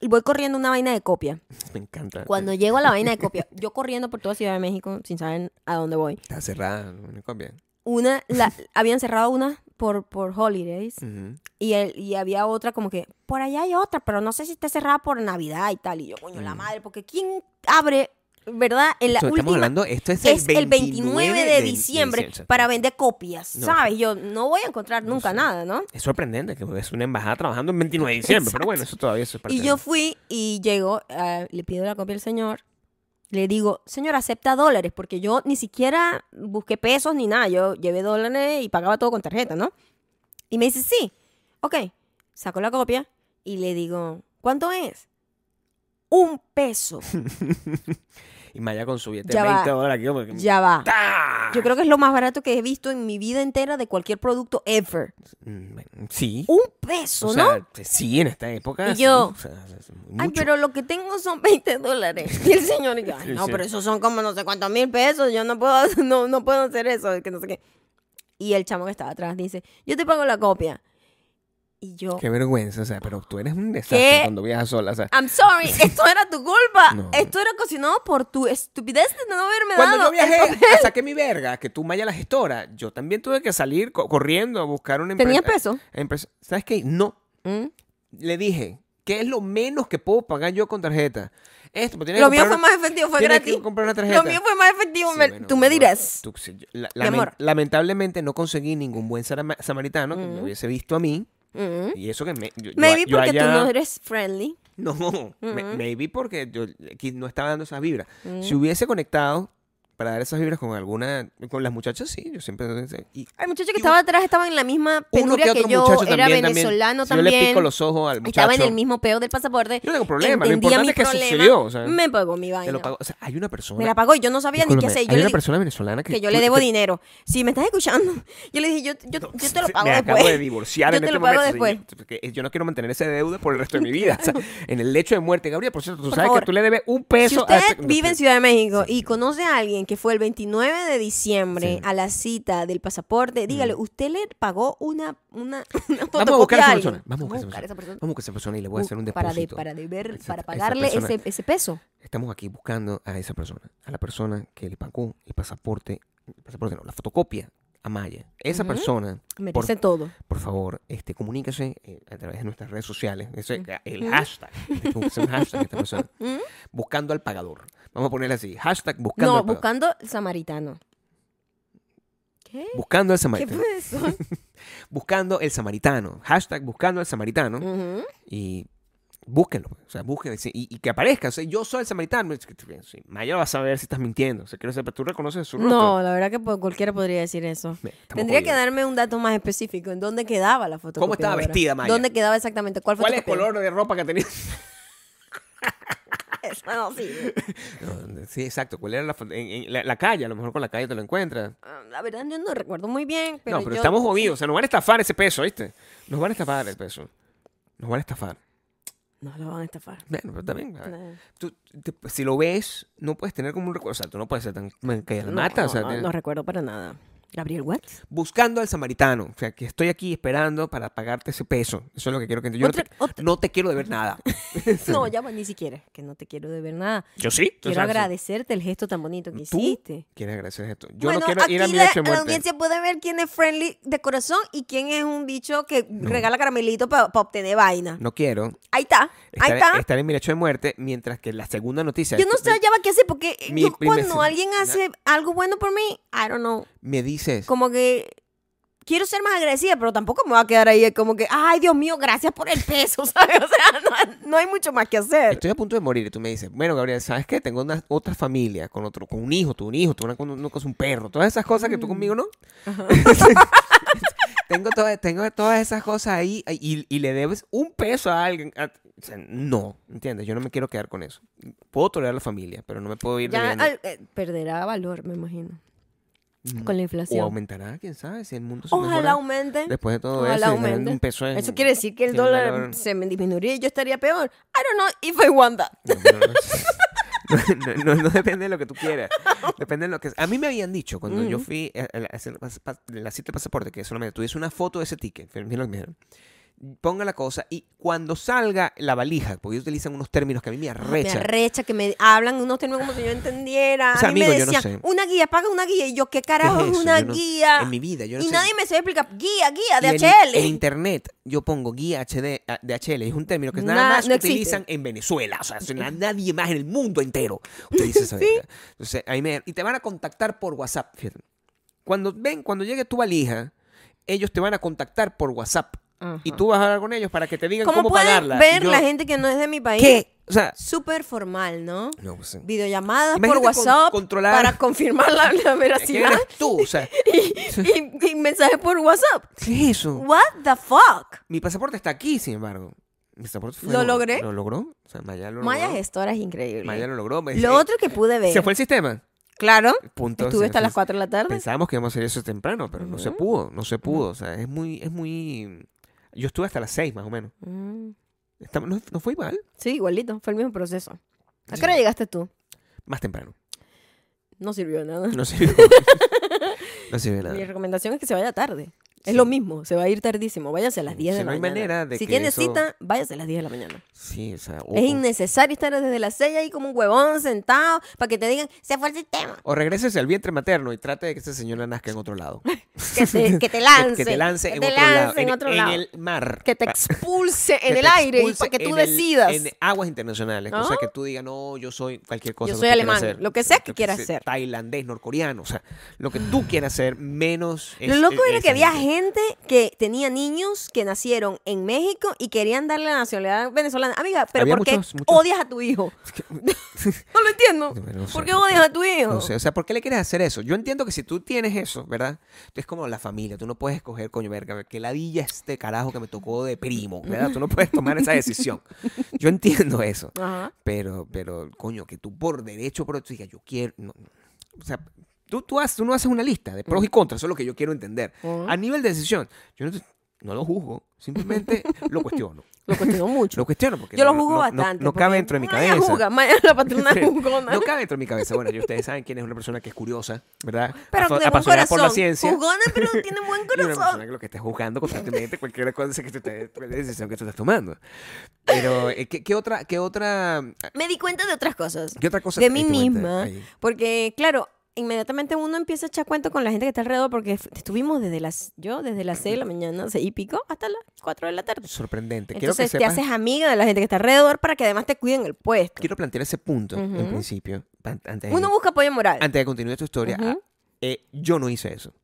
A: Y voy corriendo una vaina de copia.
B: Me encanta.
A: Cuando llego a la
B: (laughs)
A: vaina de copia, yo corriendo por toda Ciudad de México sin saber a dónde voy.
B: Está cerrada, no me copia.
A: una la, habían cerrado una por por holidays
B: Ujú.
A: y, el- y había otra como que por allá hay otra pero no sé si está cerrada por navidad y tal y yo coño la
B: Mm.
A: madre porque quién abre verdad en la
B: Esto- estamos
A: última
B: hablando, esto es,
A: es el 29 de,
B: de- de
A: diciembre
B: exacto.
A: para vender copias
B: No.
A: sabes yo no voy a encontrar
B: No
A: nunca
B: sé.
A: nada no
B: Es sorprendente que es una embajada trabajando el 29 de diciembre, pero bueno, eso todavía es
A: y yo fui y llego ah, le pido la copia al señor le digo, señor, acepta dólares, porque yo ni siquiera busqué pesos ni nada. Yo llevé dólares y pagaba todo con tarjeta, ¿no? Y me dice, sí. Ok, saco la copia y le digo, ¿cuánto es? Un
B: (laughs)
A: peso.
B: Y Maya con su billete de
A: Ya va.
B: 20 dólares aquí, ¡Ah! porque-
A: Ya va.
B: ¡Ta!
A: Yo creo que es lo más barato que he visto en mi vida entera de cualquier producto ever.
B: Mm, bueno, Sí.
A: Un peso,
B: o
A: ¿no?
B: sea, eh, sí, en esta época.
A: Y
B: sí,
A: yo-
B: o sea, es mucho.
A: Ay, pero lo que tengo son (laughs) 20 dólares. Y el señor, y yo, ay,
B: Sí,
A: no,
B: sí.
A: pero esos son como no sé cuántos mil pesos. Yo no puedo, (laughs) no, no puedo hacer eso, que no sé qué. Y el chamo que estaba atrás dice, yo te pago la copia. Y yo,
B: Qué vergüenza, o sea, pero tú eres un desastre
A: ¿Qué?
B: cuando viajas sola, o sea.
A: I'm
B: (laughs)
A: sorry, esto era tu culpa.
B: No.
A: Esto era cocinado por tu estupidez de no haberme
B: Cuando
A: dado.
B: yo
A: el
B: viajé,
A: papel.
B: saqué mi verga, que tú Maya la gestora, yo también tuve que salir co- corriendo a buscar una empresa.
A: ¿Tenías peso?
B: Empresa- ¿Sabes qué? No.
A: ¿Mm?
B: Le dije, ¿qué es lo menos que puedo pagar yo con tarjeta? Esto, pues, tienes
A: Lo
B: que
A: mío
B: comprar
A: fue
B: una-
A: más efectivo, fue
B: tienes que
A: gratis.
B: comprar una tarjeta.
A: Lo mío fue más efectivo,
B: Sí,
A: me-
B: bueno,
A: tú
B: mi
A: me
B: amor,
A: dirás.
B: tú- sí, yo- la-
A: Mi amor.
B: lamen- lamentablemente no conseguí ningún buen sarama- samaritano que me
A: Mm.
B: hubiese visto a mí.
A: Mm.
B: Y eso que me. Yo, yo-
A: Maybe
B: yo
A: porque tú
B: allá-
A: no eres friendly.
B: No, (laughs) me-
A: Ujú.
B: maybe porque yo aquí no estaba dando esas vibras.
A: Mm.
B: Si hubiese conectado para dar esas vibras con alguna. Con las muchachas, sí, yo siempre. Y
A: El muchacho
B: Y
A: que estaba atrás estaba en la misma
B: uno
A: penuria
B: que
A: Pues que,
B: otro
A: yo,
B: muchacho
A: era
B: también,
A: venezolano
B: también. Si yo le
A: también.
B: pico los ojos al muchacho.
A: estaba en el mismo peo del pasaporte.
B: Yo no tengo problema, lo
A: entendía
B: importante
A: mi
B: es que
A: problema,
B: sucedió, o sea,
A: me pagó mi
B: Te
A: vaina.
B: lo pago. O sea, hay una persona.
A: Me la pagó y yo no sabía ni qué
B: Discúlpame,
A: hacer. Yo
B: hay
A: le
B: una
A: dije
B: persona venezolana que,
A: que yo le
B: tú-
A: debo
B: que-
A: dinero. Si me estás escuchando, yo le dije, yo, yo, yo te lo pago
B: me
A: después. (laughs)
B: acabo de divorciar
A: Yo
B: en
A: te
B: este
A: lo pago
B: momento,
A: después.
B: señor, porque yo no quiero mantener esa deuda por el resto de mi vida.
A: (laughs)
B: O sea, en el lecho de muerte, Gabriel, por cierto, tú
A: Por
B: sabes
A: favor.
B: que tú le debes un peso.
A: Si
B: a
A: usted
B: este-
A: vive en Ciudad de México y conoce a alguien que fue el 29 de diciembre
B: Sí. Mm.
A: a la cita del pasaporte, dígale, usted le pagó una, una, (laughs) una
B: Vamos a buscar
A: fotocopia
B: a esa
A: alguien.
B: persona. Vamos a buscar a esa persona. Vamos a buscar a esa persona y le voy a hacer un
A: Uh, para, de-
B: depósito.
A: para deber,
B: Esa-
A: para
B: esa
A: pagarle
B: persona-
A: ese, ese peso.
B: Estamos aquí buscando a esa persona, a la persona que le pagó el pasaporte, el pasaporte no, la fotocopia a Maya. Esa
A: Ujú.
B: persona,
A: Merece todo.
B: por favor, este, comuníquese eh, a través de nuestras redes sociales. Ese, el
A: Ujú.
B: hashtag. Tenemos que hacer un hashtag a esta persona.
A: Ujú.
B: Buscando al pagador. Vamos a ponerle así. Hashtag buscando
A: ¿Mm? No,
B: al pagador.
A: buscando el samaritano. ¿Qué?
B: Buscando al
A: ¿Qué
B: samaritano.
A: fue
B: (laughs)
A: eso?
B: Buscando el samaritano. Hashtag buscando al samaritano.
A: Ujú.
B: Y búsquenlo. pues, O sea, búsquenlo. sí, Y, y que aparezca. O sea, yo soy el samaritano. Es que, sí, Maya va a saber si estás mintiendo. O sea, quiero saber, tú reconoces su rostro.
A: No, la verdad que po- cualquiera podría decir eso.
B: Me- estamos
A: Tendría que
B: jodidos.
A: darme un dato más específico. ¿En dónde quedaba la foto?
B: estaba vestida, Maya?
A: ¿Dónde quedaba exactamente? ¿Cuál,
B: ¿Cuál es el
A: fotocopiadora?
B: color de ropa que tenías? (laughs)
A: Eso (laughs) no sirve.
B: No, sí, exacto. ¿Cuál era la, fo- en- en la, la calle? A lo mejor con la calle te lo encuentras.
A: Ah, La verdad, yo no recuerdo muy bien. Pero
B: no, pero
A: yo-
B: estamos jodidos. O sea, nos van a estafar ese peso, ¿viste? Nos van a estafar el peso. Nos van a estafar.
A: No lo van a estafar.
B: Bueno, pero también. a ver,
A: No,
B: tú- te- si lo ves, no puedes tener como un recuerdo. O sea, tú no puedes ser tan que la
A: no,
B: mata. o sea,
A: no,
B: tienes-
A: no recuerdo para nada. Gabriel
B: (laughs)
A: Watts.
B: Buscando al samaritano. O sea, que estoy aquí esperando para pagarte ese peso. Eso es lo que quiero que entiendas. Yo no
A: Otra-
B: te,
A: otra-
B: no te quiero
A: (laughs)
B: deber nada.
A: No, ya va, ni siquiera. Que no te quiero deber nada.
B: Yo sí. tú
A: Quiero
B: sabes,
A: agradecerte el gesto tan bonito que
B: Tú
A: hiciste.
B: Quieres agradecer esto. Yo
A: bueno,
B: no quiero
A: aquí
B: ir a mi
A: la,
B: leche
A: la
B: muerte.
A: audiencia puede ver quién es friendly de corazón y quién es un bicho que regala caramelito para obtener vaina.
B: No quiero.
A: Ahí está, ahí
B: estar,
A: está.
B: estar en mi lecho de muerte, mientras que la segunda noticia
A: yo no sé
B: me,
A: ya va qué hacer porque eh,
B: Mi
A: yo
B: primer-
A: cuando alguien hace algo bueno por mí, I don't know,
B: me dices,
A: como que quiero ser más agradecida, pero tampoco me va a quedar ahí como que, ay Dios mío, gracias por el peso, (laughs) ¿sabes? O sea, no, no hay mucho más que hacer.
B: estoy a punto de morir, y tú me dices, bueno, Gabriel, ¿sabes qué? Tengo una, otra familia, con otro, con un hijo, tu un hijo, tú una, con una cosa, un perro, todas esas cosas
A: Mm.
B: que tú conmigo no. (laughs) tengo, toda- tengo todas esas cosas ahí y, y le debes un peso a alguien. a- o sea, no, ¿entiendes? Yo no me quiero quedar con eso. Puedo tolerar la familia, pero no me puedo ir
A: Ya
B: debiendo.
A: al- eh, perderá valor, me imagino,
B: Mm,
A: con la
B: O
A: inflación.
B: aumentará, quién sabe, si el mundo se
A: Ojalá
B: mejora
A: aumente.
B: después de todo
A: Ojalá
B: eso. y ganan
A: aumente.
B: un peso en-
A: Eso quiere decir que el
B: tiene
A: dólar
B: valor.
A: se me disminuiría y yo estaría peor. I don't know if I want that.
B: No, pero no es- no- no- no- no depende de lo que tú quieras. Depende de lo que. A mí me habían dicho cuando yo
A: Mm.
B: fui a, a la- a hacer el pas- pas- la cita de pasaporte que solamente tuviese una foto de ese ticket. fíjate lo que me dijeron. Ponga la cosa y cuando salga la valija, porque ellos utilizan unos términos que a mí me
A: Me
B: arrechan.
A: arrecha que me hablan unos términos como si yo entendiera.
B: O sea,
A: a mí me
B: amigo, yo no
A: decían,
B: sé.
A: una guía, paga una guía. Y yo, ¿qué
B: ¿Qué es
A: carajo es,
B: eso?
A: una
B: Yo no-
A: guía?
B: En mi vida, yo no
A: y
B: sé.
A: nadie me sabe explicar. Guía, guía,
B: Y en-
A: Ah, de
B: En,
A: HL.
B: internet yo pongo guía ah, HD, a- DHL. Es un término que nada
A: Na-
B: más
A: no existe.
B: utilizan en Venezuela. O sea,
A: (laughs)
B: si na- nadie más en el mundo entero utiliza esa verga. Entonces, ahí me- y te van a contactar por WhatsApp. fíjate. Cuando ven, cuando llegue tu valija, ellos te van a contactar por WhatsApp. Y tú vas a hablar con ellos para que te digan
A: ¿Cómo,
B: cómo,
A: pueden
B: pagarla.
A: ver
B: Y yo,
A: la gente que no es de mi país?
B: ¿Qué? O sea,
A: Súper formal, ¿no?
B: no, pues, eh,
A: Videollamadas
B: Imagínate
A: por
B: con-
A: WhatsApp
B: controlar-
A: para confirmar la, la (laughs)
B: ¿quién
A: veracidad.
B: eres tú? O sea,
A: (laughs) Y, y mensajes por WhatsApp.
B: ¿qué es eso?
A: What the fuck?
B: Mi pasaporte está aquí, sin embargo. Mi pasaporte fue-
A: ¿Lo logré?
B: ¿Lo logró? O sea, Maya lo
A: Maya
B: logró.
A: Gestora es increíble.
B: Maya lo logró. me dice,
A: Lo otro que pude ver.
B: Pues Se fue pues, el sistema.
A: Claro.
B: Punto.
A: Estuve
B: Se-
A: hasta
B: se-
A: las 4 de la tarde.
B: Pensábamos que íbamos a hacer eso temprano, pero no se
A: Ujú.
B: pudo, no se pudo. O sea, es muy, es muy. Yo estuve hasta las seis más o menos.
A: Mm.
B: Está- no, no fue mal,
A: Sí, igualito. Fue el mismo proceso. ¿A
B: Sí.
A: qué hora llegaste tú?
B: más temprano. (laughs)
A: No sirvió de nada.
B: No sirvió. no sirvió de
A: Mi
B: nada.
A: recomendación es que se vaya tarde. Es
B: Sí.
A: lo mismo, se va a ir tardísimo. Váyase a las
B: Sí,
A: 10
B: si
A: de la
B: no hay
A: mañana.
B: manera de
A: si
B: que
A: tiene
B: eso-
A: cita, váyase a las 10 de la mañana.
B: Sí, o sea. O,
A: Es
B: o-
A: innecesario estar desde las 6 ahí como un huevón sentado para que te digan, se fue el sistema,
B: o regreses al vientre materno y trate de que esta señora nazca en otro lado.
A: (laughs) que
B: (laughs)
A: te, que te
B: Que-
A: lance.
B: que te lance en
A: te
B: otro lado.
A: lance en
B: en,
A: otro
B: en
A: lado.
B: el mar.
A: Que te expulse
B: (laughs) Que
A: en
B: te
A: el aire y
B: expulse
A: para que tú
B: en el-
A: decidas. Ah.
B: En aguas internacionales. O sea, que tú digas, no, yo soy cualquier cosa.
A: Yo
B: que
A: soy
B: tú quieras
A: alemán,
B: ser".
A: lo que sea que
B: Yo qué
A: quieras
B: sé,
A: ser.
B: Tailandés, norcoreano. O sea, lo que tú quieras ser, menos.
A: Lo
B: es- e
A: loco
B: es-
A: era
B: esa
A: que había
B: gente.
A: gente que tenía niños que nacieron en México y querían darle la nacionalidad venezolana. Amiga, pero
B: Había
A: ¿por qué
B: muchos- muchos-
A: odias a tu hijo? (laughs) no lo entiendo.
B: No, no sé,
A: ¿Por qué
B: no sé.
A: odias a tu hijo?
B: (laughs) No sé, o sea, ¿por qué le quieres hacer eso? Yo entiendo que si tú tienes eso, ¿verdad? Es como la familia, tú no puedes escoger, coño, verga, que ladilla este carajo que me tocó de primo, ¿verdad? Tú no puedes tomar esa decisión. Yo
A: (laughs)
B: entiendo eso,
A: Ajá.
B: pero, pero, coño, que tú por derecho, por tú digas, yo quiero, no, no. o sea, tú, tú, haces, tú no haces una lista de
A: Mm.
B: pros y contras, eso es lo que yo quiero entender.
A: Ujú. (laughs)
B: A nivel de decisión, yo no, te- no lo juzgo, simplemente lo cuestiono.
A: Lo cuestiono mucho.
B: (laughs) Lo cuestiono porque
A: Yo
B: no-
A: lo juzgo
B: no- no-
A: bastante.
B: No,
A: porque
B: cabe dentro de mi
A: Maya
B: cabeza. (laughs)
A: juzga, Maya la patrona jugona.
B: No cabe dentro de mi cabeza. Bueno, yo ustedes saben quién es una persona que es curiosa, ¿verdad?
A: pero
B: Afa-
A: de buen
B: apasionada
A: corazón.
B: por la ciencia.
A: Jugona,
B: (laughs)
A: pero tiene buen
B: Y una persona
A: corazón.
B: que lo que esté juzgando constantemente cualquier cosa que tú estés- cualquier decisión que tú estás tomando. Pero, eh, ¿qué, qué otra, qué otra,
A: Me di cuenta de otras cosas.
B: qué otra cosa?
A: de
B: te
A: mí
B: diste cuenta
A: misma.
B: ahí?
A: Porque, claro, inmediatamente uno empieza a echar cuento con la gente que está alrededor porque f- estuvimos desde las, yo desde las 6 de la mañana, 6 y pico, hasta las 4 de la tarde.
B: Sorprendente. Quiero que
A: Entonces te
B: sepas-
A: haces amiga de la gente que está alrededor para que además te cuiden el puesto.
B: Quiero plantear ese punto en
A: Ujú.
B: principio. an- Antes de,
A: Uno busca apoyo moral.
B: antes de continuar tu historia,
A: Ujú.
B: eh, yo no hice eso.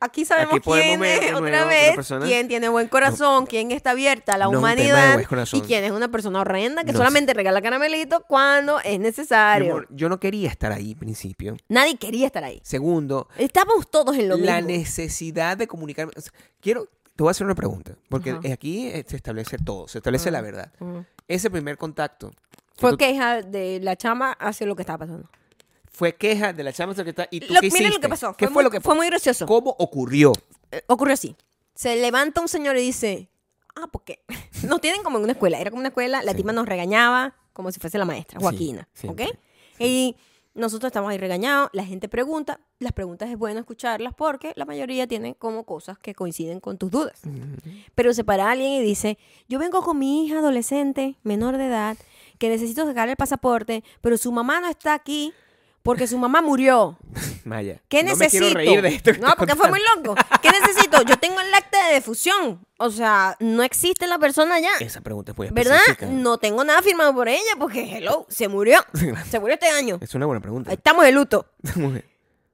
A: Aquí sabemos
B: Aquí podemos
A: quién
B: ver de
A: es
B: nuevo
A: otra
B: una
A: vez,
B: persona.
A: quién tiene buen corazón, quién está abierta a la
B: No es un tema de
A: humanidad
B: buen corazón.
A: y quién es una persona horrenda que
B: No
A: solamente regala caramelitos cuando es
B: Mi
A: necesario.
B: amor, yo no quería estar ahí, en principio.
A: Nadie quería estar ahí.
B: Segundo,
A: Estábamos todos en lo
B: la
A: mismo.
B: necesidad de comunicarme. o sea, quiero, te voy a hacer una pregunta, porque
A: Ajá.
B: aquí eh, se establece todo, se establece la verdad.
A: Ujú.
B: Ese primer contacto que
A: Fue
B: tú-
A: queja de la chama hacia lo que estaba pasando.
B: fue queja de la chama secretaria. ¿Y tú
A: Lo-
B: qué
A: miren lo
B: hiciste?
A: que pasó.
B: ¿Qué
A: fue, muy,
B: fue, lo que
A: fue muy gracioso.
B: ¿Cómo ocurrió? (laughs)
A: Eh, ocurrió así. Se levanta un señor y dice, ah, ¿por qué? (laughs) Nos tienen como en una escuela. Era como una escuela, la
B: Sí.
A: tipa nos regañaba como si fuese la maestra,
B: Sí,
A: Joaquina, ¿ok?
B: siempre,
A: Y nosotros estamos ahí regañados, la gente pregunta, las preguntas es bueno escucharlas porque la mayoría tienen como cosas que coinciden con tus dudas. Pero se para alguien y dice, yo vengo con mi hija adolescente, menor de edad, que necesito sacar el pasaporte, pero su mamá no está aquí porque su mamá murió.
B: Maya.
A: ¿Qué
B: no
A: necesito?
B: Me quiero reír de esto que
A: no,
B: estás
A: porque fue
B: contando.
A: muy loco. ¿Qué necesito? Yo tengo el acta de defusión. O sea, no existe la persona ya.
B: Esa pregunta es muy
A: ¿Verdad?
B: específica.
A: No tengo nada firmado por ella porque, hello, se
B: (laughs)
A: murió. Se murió este año.
B: Es una buena pregunta.
A: Estamos de
B: (laughs)
A: luto.
B: Bueno,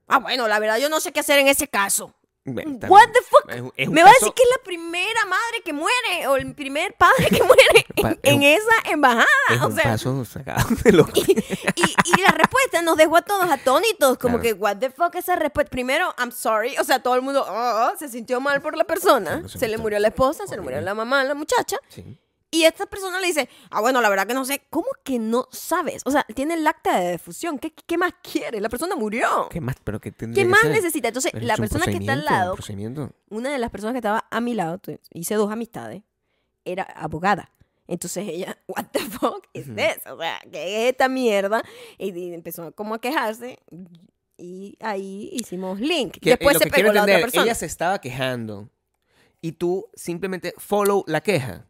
A: Ah, bueno, la verdad, yo no sé qué hacer en ese caso.
B: está
A: What
B: bien.
A: the fuck?
B: Es un- es un
A: Me va a
B: caso-
A: decir que es la primera madre que muere o el primer padre que (laughs) muere
B: Pa-
A: en,
B: es un-
A: en esa embajada.
B: es
A: Ah, o
B: un
A: sea,
B: paso sacado de loco.
A: (laughs) y, y- y la respuesta nos dejó a todos atónitos, como
B: Claro.
A: que, what the fuck esa respuesta. Primero, I'm sorry, o sea, todo el mundo "Oh", se sintió mal por la persona,
B: Claro, se
A: se le
B: sintió
A: murió la esposa, se le murió
B: horrible.
A: la mamá, la muchacha,
B: Sí.
A: y esta persona le dice, ah, bueno, la verdad que no sé, ¿cómo que no sabes? O sea, tiene el acta de defusión, ¿qué, qué más quiere? La persona murió.
B: ¿Qué más? ¿Pero qué tendría
A: ¿Qué
B: que
A: más
B: ser?
A: necesita? Entonces,
B: Pero
A: la
B: es un
A: persona que está al
B: procedimiento, un
A: lado,
B: procedimiento.
A: una de las personas que estaba a mi lado, tu- hice dos amistades, era abogada. Entonces ella, (laughs) what the fuck is this? O sea, ¿qué es esta mierda? Y, y empezó como a quejarse y ahí hicimos link.
B: Que- eh,
A: Después
B: lo
A: se
B: que
A: pegó
B: quiero
A: la otra
B: entender,
A: persona.
B: Ella se estaba quejando y tú simplemente follow la queja.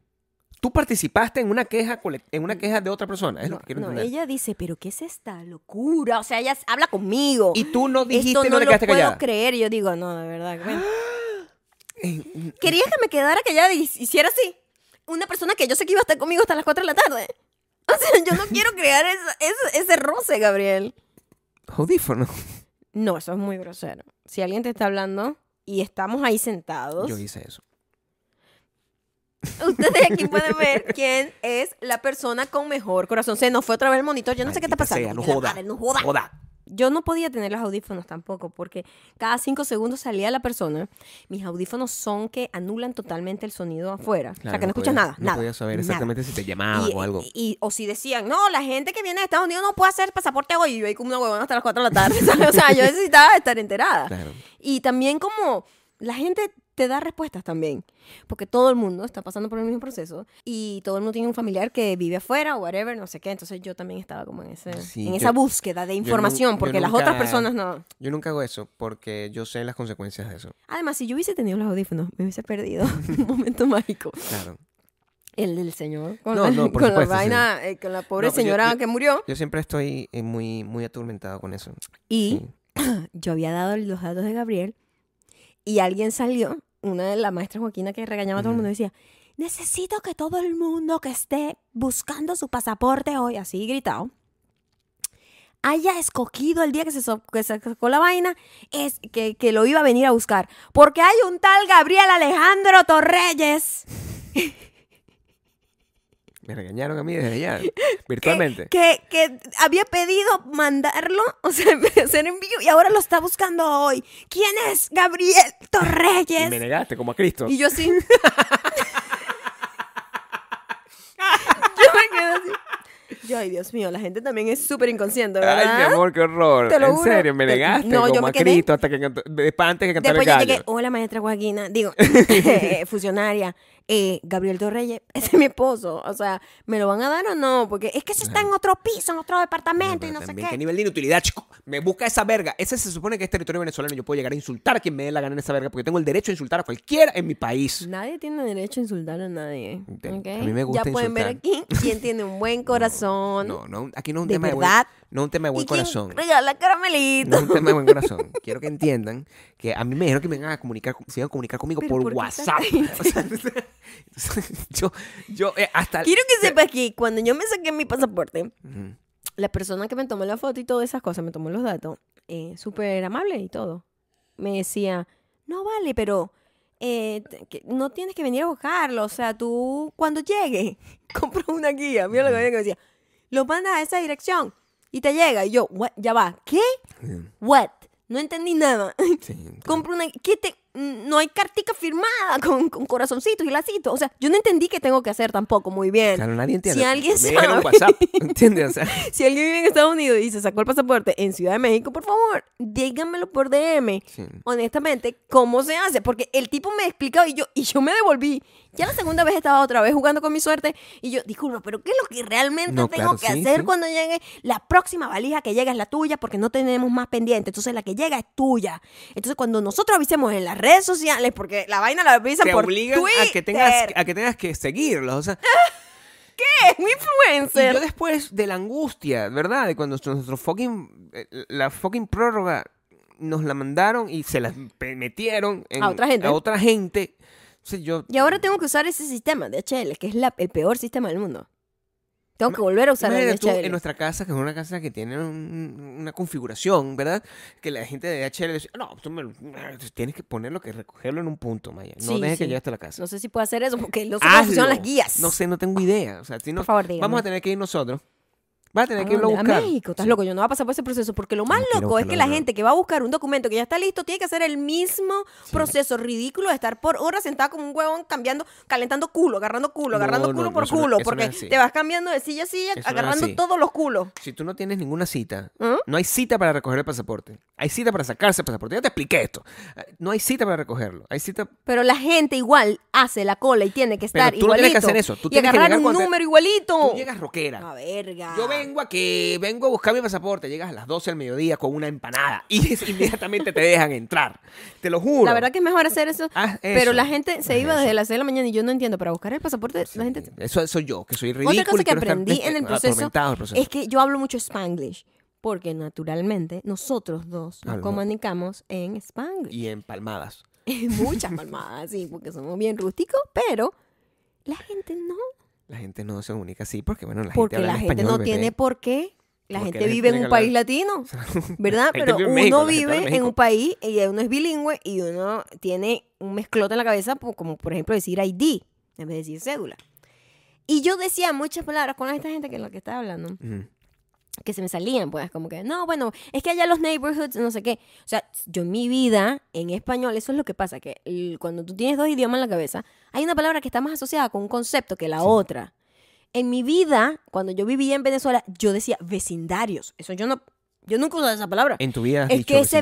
B: Tú participaste en una queja, cole- en una queja de otra persona. Es
A: no,
B: lo que quiero
A: no,
B: entender.
A: ella dice, pero ¿qué es esta locura? O sea, ella s- habla conmigo.
B: Y tú no dijiste,
A: Esto
B: no,
A: no
B: te
A: lo
B: quedaste
A: puedo
B: callada.
A: creer. Y yo digo, no, de
B: (gasps)
A: verdad. bueno.
B: Eh,
A: Quería que me quedara callada y hiciera así. Una persona que yo sé que iba a estar conmigo hasta las 4 de la tarde. (laughs) O sea, yo no quiero crear esa- ese, ese roce, Gabriel.
B: Audífono.
A: No, eso es muy grosero. Si alguien te está hablando y estamos ahí sentados,
B: Yo hice eso.
A: ustedes
B: (laughs)
A: aquí pueden ver quién es la persona con mejor corazón. Se nos fue otra vez el monitor. Yo no sé qué está
B: Maldita
A: pasando.
B: sea, no
A: porque la
B: joda.
A: madre, no joda.
B: Joda.
A: Yo no podía tener los audífonos tampoco porque cada cinco segundos salía la persona. Mis audífonos son que anulan totalmente el sonido afuera. o sea,
B: Claro,
A: que no, escuchas
B: podías-
A: nada.
B: No
A: nada,
B: podía saber
A: nada.
B: exactamente si te llamaban
A: y,
B: Ah, o algo.
A: y- y- o si decían, no, la gente que viene de Estados Unidos no puede hacer pasaporte hoy. Y yo ahí como una huevona hasta las 4 de la tarde. (laughs) ¿sabes? o sea, yo necesitaba estar enterada.
B: Claro.
A: Y también como la gente te da respuestas también, porque todo el mundo está pasando por el mismo proceso y todo el mundo tiene un familiar que vive afuera o whatever, no sé qué, entonces yo también estaba como en, ese,
B: Sí,
A: en
B: yo-
A: esa búsqueda de
B: nun-
A: información,
B: yo
A: porque las
B: nunca-
A: otras personas no.
B: Yo nunca hago eso porque yo sé las consecuencias de eso.
A: Además, si yo hubiese tenido los audífonos, me hubiese
B: (laughs)
A: perdido un momento mágico.
B: Claro.
A: El del señor, con, (laughs)
B: No, no, por
A: con la
B: supuesto, sí.
A: vaina, eh, con la pobre
B: No, pues yo-
A: señora
B: yo-
A: que murió.
B: Yo siempre estoy eh, muy, muy atormentado con eso.
A: Y
B: Sí.
A: yo había dado los datos de Gabriel y alguien salió, una de las maestras Joaquina que regañaba a todo el mundo, decía, necesito que todo el mundo que esté buscando su pasaporte hoy, así gritado, haya escogido el día que se, so- que se sacó la vaina, es que, que lo iba a venir a buscar. Porque hay un tal Gabriel Alejandro
B: (laughs)
A: Torreyes
B: Me regañaron a mí
A: (laughs)
B: desde allá,
A: que,
B: virtualmente.
A: que, que había pedido mandarlo, (laughs) o sea, hacer envío y ahora lo está buscando hoy. ¿Quién es Gabriel
B: Y
A: Torreyes?
B: me negaste como a Cristo.
A: Y yo
B: (laughs)
A: así. yo me quedé así. Yo, ay, Dios mío, la gente también es súper inconsciente, ¿verdad?
B: Ay, mi amor, qué horror.
A: Te lo
B: en
A: juro.
B: serio, me
A: Te-
B: negaste
A: no, yo
B: como
A: me
B: a
A: quedé.
B: Cristo hasta que cantó- después antes que cantar
A: Después
B: el
A: yo
B: gallo.
A: (laughs)
B: (laughs)
A: llegué, hola maestra Joaquina, digo, eh, funcionaria, eh, Gabriel Torreyes, (laughs) ese es mi esposo. O sea, ¿me lo van a dar o no? Porque es que eso está en otro piso, en otro departamento
B: Pero
A: y no sé
B: también,
A: qué.
B: nivel de inutilidad, chico? Me busca esa verga. Ese se supone que es territorio venezolano. Yo puedo llegar a insultar a quien me dé la gana en esa verga porque tengo el derecho a insultar a cualquiera en mi país.
A: Nadie tiene derecho a insultar a nadie.
B: Te-
A: ¿ok?
B: a mí me gusta
A: Ya pueden ver aquí quién tiene un
B: (laughs)
A: buen corazón.
B: No, no, aquí no es un
A: ¿De
B: tema
A: verdad?
B: de buen, no es un tema de buen
A: y quién
B: corazón.
A: regala caramelito.
B: No es un tema de buen corazón. Quiero que entiendan que a mí me dijeron que me iban a comunicar, se iban a comunicar conmigo
A: Pero
B: por,
A: ¿por qué
B: WhatsApp. O (laughs) sea, entonces, (laughs) yo, yo, eh, hasta.
A: Quiero que sepas que cuando yo me saqué mi pasaporte,
B: Ujú.
A: la persona que me tomó la foto y todas esas cosas, me tomó los datos, eh, súper amable y todo. Me decía, no vale, pero eh, t- que no tienes que venir a buscarlo. O sea, tú cuando llegue, (laughs) compra una guía. Mira lo que había que decía. Lo mandas a esa dirección y te llega. Y yo, "What? ya va. ¿Qué? What? No entendí nada. (laughs)
B: Sí, entonces,
A: Compra una... ¿qué te- No hay cartica firmada (laughs) con, con corazoncitos y lacitos. O sea, yo no entendí qué tengo que hacer tampoco muy bien.
B: claro, nadie entiende.
A: Si alguien
B: me
A: sabe.
B: dijeron WhatsApp, ¿entiendes?
A: (laughs)
B: O sea,
A: Si alguien vive en Estados Unidos y se sacó el pasaporte en Ciudad de México, por favor, díganmelo por DM.
B: sí.
A: Honestamente, ¿cómo se hace? Porque el tipo me explicaba y yo, y yo me devolví. Ya la segunda vez estaba otra vez jugando con mi suerte y yo, disculpa, pero ¿qué es lo que realmente
B: No,
A: tengo
B: claro,
A: que
B: sí,
A: hacer
B: sí.
A: cuando llegue? La próxima valija que llega es la tuya porque no tenemos más pendiente. Entonces la que llega es tuya. Entonces cuando nosotros avisemos en las redes sociales, porque la vaina la avisan
B: Te
A: por
B: obligan
A: Twitter.
B: a que, tengas, a que tengas que seguirlos. O sea,
A: ¡Es un
B: Y yo
A: influencer!
B: después de la angustia, ¿verdad? De cuando nuestro, nuestro fucking. eh, La fucking prórroga nos la mandaron y se la pe- metieron en-
A: A otra gente.
B: A otra gente. Entonces yo.
A: Y ahora tengo que usar ese sistema de HL, que es la- el peor sistema del mundo. Tengo que volver a usar el
B: Imagínate tú
A: DHL.
B: en nuestra casa, que es una casa que tiene un- una configuración, ¿verdad? Que la gente de DHL dice, no, tú me lo- eh, tienes que ponerlo, que recogerlo en un punto, Maya. No
A: Sí,
B: dejes
A: sí.
B: que llegue hasta la casa.
A: No sé si puedo hacer eso porque no sé cómo
B: Hazlo.
A: funcionan las guías.
B: No sé, no tengo idea. O sea, si no,
A: Por favor,
B: vamos
A: dígame.
B: a tener que ir nosotros. Vas a tener
A: ¿A
B: que irlo a
A: dónde?
B: buscar.
A: A Ah, México, estás
B: Sí.
A: loco. Yo no voy a pasar por ese proceso porque lo más
B: No quiero
A: loco es que
B: buscarlo,
A: la
B: no.
A: gente que va a buscar un documento que ya está listo tiene que hacer el mismo proceso ridículo de estar por horas sentado como un huevón cambiando, calentando culo, agarrando culo,
B: No,
A: agarrando
B: no,
A: culo
B: no,
A: por
B: eso no-
A: culo,
B: eso no
A: porque
B: es así.
A: te vas cambiando de silla a silla,
B: Eso no es
A: agarrando
B: así.
A: todos los culos.
B: Si tú no tienes ninguna cita,
A: ¿Mm?
B: no hay cita para recoger el pasaporte. Hay cita para sacarse el pasaporte. Ya te expliqué esto. Eh, No hay cita para recogerlo. Hay cita.
A: Pero la gente igual hace la cola y tiene que
B: Pero
A: estar
B: tú no
A: igualito.
B: tienes que hacer eso. Tú
A: y
B: tienes que
A: agarrar
B: llegar
A: un
B: cuando te-
A: número igualito.
B: Tú llegas roquera.
A: A verga.
B: Yo vengo aquí, vengo a buscar mi pasaporte. Llegas a las 12 del mediodía con una empanada (laughs) y es- inmediatamente te dejan entrar. Te lo juro.
A: La verdad que es mejor hacer eso.
B: Haz
A: Pero
B: Ah, eso.
A: la gente se
B: Haz
A: iba
B: eso.
A: desde las 6 de la mañana y yo no entiendo. Para buscar el pasaporte, la gente.
B: Eso soy yo, que soy ridículo.
A: Otra cosa
B: y
A: que
B: quiero estar
A: aprendí
B: des-
A: en el proceso,
B: atormentado del proceso.
A: es que yo hablo mucho spanglish. Porque naturalmente nosotros dos nos
B: Hablamos.
A: comunicamos en spanglish.
B: Y empalmadas.
A: (laughs) Muchas palmadas, sí, porque somos bien rústicos, pero la gente no.
B: La gente no se comunica así porque, bueno, la
A: porque
B: gente
A: la
B: habla en
A: gente
B: español,
A: no
B: bebé.
A: tiene por qué. La
B: Porque
A: gente
B: la gente
A: vive en
B: tiene
A: un
B: que hablar-
A: país latino, ¿verdad?
B: (laughs) La gente
A: Pero
B: vive en
A: uno
B: México, la gente habla en
A: vive en
B: México.
A: un país y uno es bilingüe y uno tiene un mezclote en la cabeza, po- como por ejemplo decir ID en vez de decir cédula. Y yo decía muchas palabras con esta gente que es la que estaba hablando,
B: Ujú.
A: que se me salían, pues, como que, no, bueno, es que allá los neighborhoods, no sé qué. O sea, yo en mi vida, en español, eso es lo que pasa, que el- cuando tú tienes dos idiomas en la cabeza, hay una palabra que está más asociada con un concepto que la otra. En mi vida, cuando yo vivía en Venezuela, yo decía vecindarios. Eso yo no, yo nunca usaba esa palabra.
B: En tu vida. has
A: Es
B: dicho
A: que ese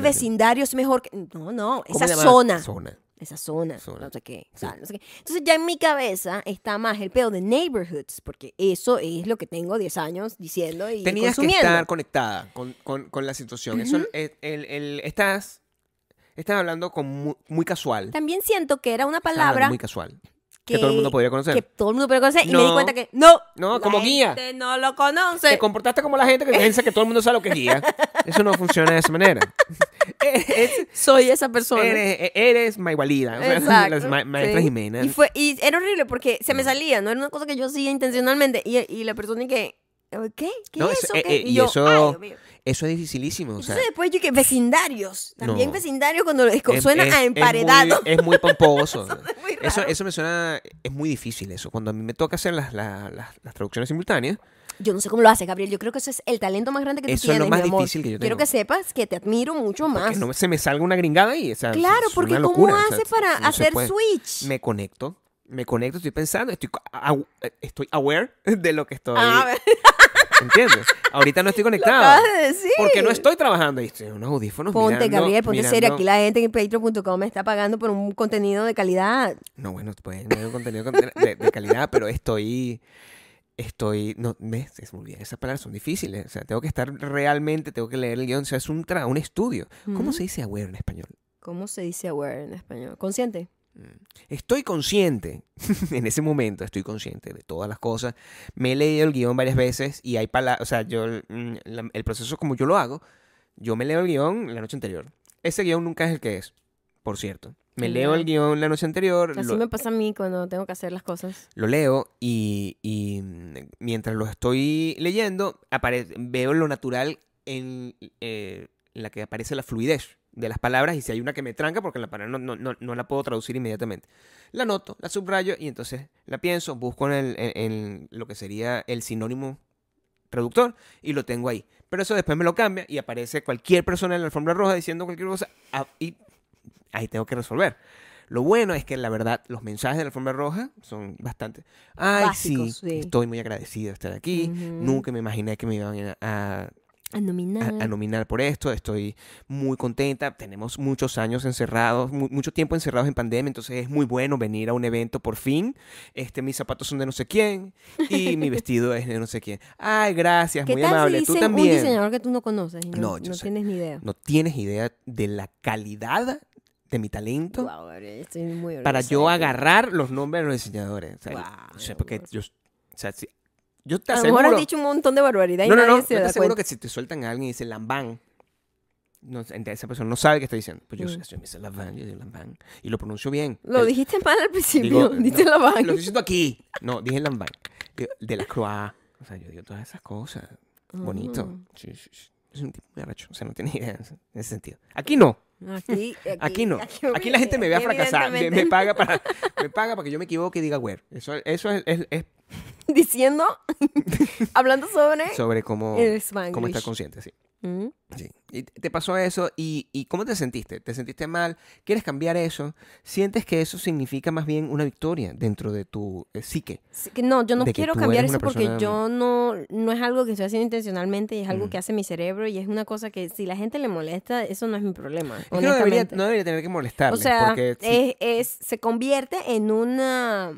A: vecindario
B: vecindario.
A: es mejor que... No, no,
B: ¿Cómo
A: esa
B: le llaman?
A: zona.
B: Zona.
A: Esa zona,
B: Zona.
A: No, sé qué,
B: Sí.
A: tal, no sé qué. Entonces ya en mi cabeza está más el pedo de neighborhoods, porque eso es lo que tengo 10 años diciendo y
B: Tenías que
A: consumiendo.
B: estar conectada con, con- con la situación. Eso, es- el- el- estás, estás hablando con mu- muy, casual. Estás
A: También siento que era una
B: hablando
A: palabra
B: Ah, Muy casual.
A: que,
B: Que, todo el mundo podría conocer.
A: que todo el mundo podía conocer y me di
B: No.
A: cuenta que no.
B: No,
A: la
B: como guía.
A: gente no lo
B: Te
A: conoce.
B: comportaste como la gente que piensa que todo el mundo sabe lo que es guía. Eso no funciona de esa manera. eres,
A: (laughs) Soy esa persona.
B: eres, eh, eres Maiwalida. O sea, (laughs)
A: Exacto,
B: las ma- maestra
A: sí.
B: Jimena.
A: Y, fue, y era horrible porque se me salía, no era una cosa que yo hacía intencionalmente. Y, y la persona y que, ¿qué? ¿Qué
B: No,
A: es eso?
B: eso- eh,
A: ¿Qué?
B: eh, y
A: yo,
B: eso-
A: "Ay, Dios mío".
B: Eso es dificilísimo. O sea, em,
A: Entonces después yo que vecindarios. También
B: No. Em,
A: vecindarios cuando lo- es- suena
B: es-
A: a
B: es muy-
A: emparedado.
B: Es
A: (laughs)
B: muy, pomposo.
A: es muy
B: eso,
A: raro.
B: eso me suena. Es muy difícil eso. Cuando a mí me toca hacer las, las- las- las traducciones simultáneas,
A: Yo no sé cómo lo haces, Gabriel. Yo creo que eso es el talento más grande que tú
B: Eso es
A: tienes,
B: lo más
A: mi amor.
B: difícil que yo
A: Quiero
B: tengo.
A: que sepas que te admiro mucho
B: que
A: más.
B: no se me salga una gringada ahí. o sea,
A: Claro,
B: es una
A: porque ¿cómo
B: locura, o sea,
A: haces para
B: no se
A: hacer
B: puede.
A: switch?
B: Me conecto.
A: (laughs)
B: Me conecto, estoy pensando, estoy, co- aw- estoy aware de lo que estoy.
A: Ah,
B: ¿Entiendes? Ahorita
A: (laughs)
B: no estoy conectado.
A: acabas de decir.
B: Porque no estoy trabajando. Y estoy en unos audífonos
A: Ponte,
B: mirando-
A: Gabriel, ponte serio.
B: mirando-
A: Aquí la gente en patreon.com me está pagando por un contenido de calidad.
B: No, bueno, pues no hay un contenido con- de, de calidad, pero estoy... Estoy... No, ves, es muy bien. Esas palabras son difíciles. O sea, tengo que estar realmente, tengo que leer el guión. O sea, es un, tra un estudio. ¿Cómo
A: Ujú.
B: se dice aware en español?
A: Mm. ¿Cómo se dice aware en español? Consciente.
B: Estoy consciente, (laughs) en ese momento estoy consciente de todas las cosas. Me he leído el guión varias veces y hay palabras, o sea, yo, mm, la- el proceso como yo lo hago, yo me leo el guión la noche anterior. Ese guión nunca es el que es, por cierto. Me
A: Qué
B: leo el
A: bien.
B: guión la noche anterior,
A: Así
B: lo,
A: me pasa a mí cuando tengo que hacer las cosas.
B: lo leo y, y, mm, mientras lo estoy leyendo, apare- veo lo natural en eh, la que aparece la fluidez de las palabras y si hay una que me tranca porque la palabra no, no- no- no la puedo traducir inmediatamente. La noto, la subrayo y entonces la pienso, busco en, el- en- en lo que sería el sinónimo traductor y lo tengo ahí. Pero eso después me lo cambia y aparece cualquier persona en la alfombra roja diciendo cualquier cosa ah, y ahí tengo que resolver. Lo bueno es que la verdad los mensajes de la alfombra roja son bastante... Ay,
A: Básicos,
B: sí,
A: sí. Mm.
B: estoy muy agradecido de estar aquí.
A: Ujú.
B: Nunca me imaginé que me iban a,
A: A nominar.
B: a- a nominar por esto. Estoy muy contenta. Tenemos muchos años encerrados, mu- mucho tiempo encerrados en pandemia, entonces es muy bueno venir a un evento por fin. Este, mis zapatos son de no sé quién
A: (laughs)
B: y mi vestido es de no sé quién. Ay, gracias,
A: ¿Qué
B: muy
A: tal si
B: amable.
A: dicen
B: Tú también.
A: un diseñador que tú no conoces y no,
B: No, yo
A: no
B: sé.
A: tienes ni idea?
B: No tienes idea de la calidad de mi talento
A: Guau, Gabriel, estoy muy
B: para
A: orgullosa
B: yo
A: de ti.
B: agarrar los nombres de los diseñadores. O sea, yo- o sea,
A: Guau.
B: porque yo, o sea, si- yo te
A: A lo mejor
B: aseguro.
A: has dicho un montón de barbaridad y
B: No, no,
A: nadie
B: no.
A: se
B: yo te
A: da
B: aseguro
A: cuenta.
B: que si te sueltan a alguien y dice Lambán, no, ent- esa persona no sabe qué está diciendo. Pues yo,
A: Mm.
B: sé, yo me dice Lambán, yo digo Lambán. Y lo pronuncio bien.
A: Lo
B: El-
A: dijiste mal al principio. (laughs)
B: Digo,
A: Diste
B: no,
A: la
B: Lo estoy
A: vaina.
B: diciendo aquí. No, dije Lambán. Digo, De la Croix. O sea, yo digo todas esas cosas. Bonito.
A: Mm.
B: Sí, sí, sí. Es un tipo muy arrecho. O sea, no tiene idea en ese sentido. Aquí no.
A: Ah, Aquí, aquí,
B: (laughs) Aquí no. Aquí la gente me ve a fracasar. Me, me paga para, me paga para que yo me equivoque y diga, güey. Eso, eso es, es- es
A: (laughs) Diciendo, (laughs) hablando sobre
B: sobre cómo,
A: el
B: cómo
A: spanglish.
B: estar consciente, sí.
A: Mm.
B: Sí. Y te te pasó eso y, y ¿cómo te sentiste? ¿Te sentiste mal? ¿Quieres cambiar eso? ¿Sientes que eso significa más bien una victoria dentro de tu eh, psique?
A: Sí, que No, yo no
B: de que
A: quiero
B: tú
A: cambiar
B: eres
A: eso
B: una
A: porque
B: persona-
A: yo no, no es algo que estoy haciendo intencionalmente y es algo
B: Mm.
A: que hace mi cerebro y es una cosa que si la gente le molesta, eso no es mi problema.
B: Es que no debería,
A: honestamente.
B: no debería tener que molestarme.
A: o sea,
B: porque si-
A: es, es- se convierte en una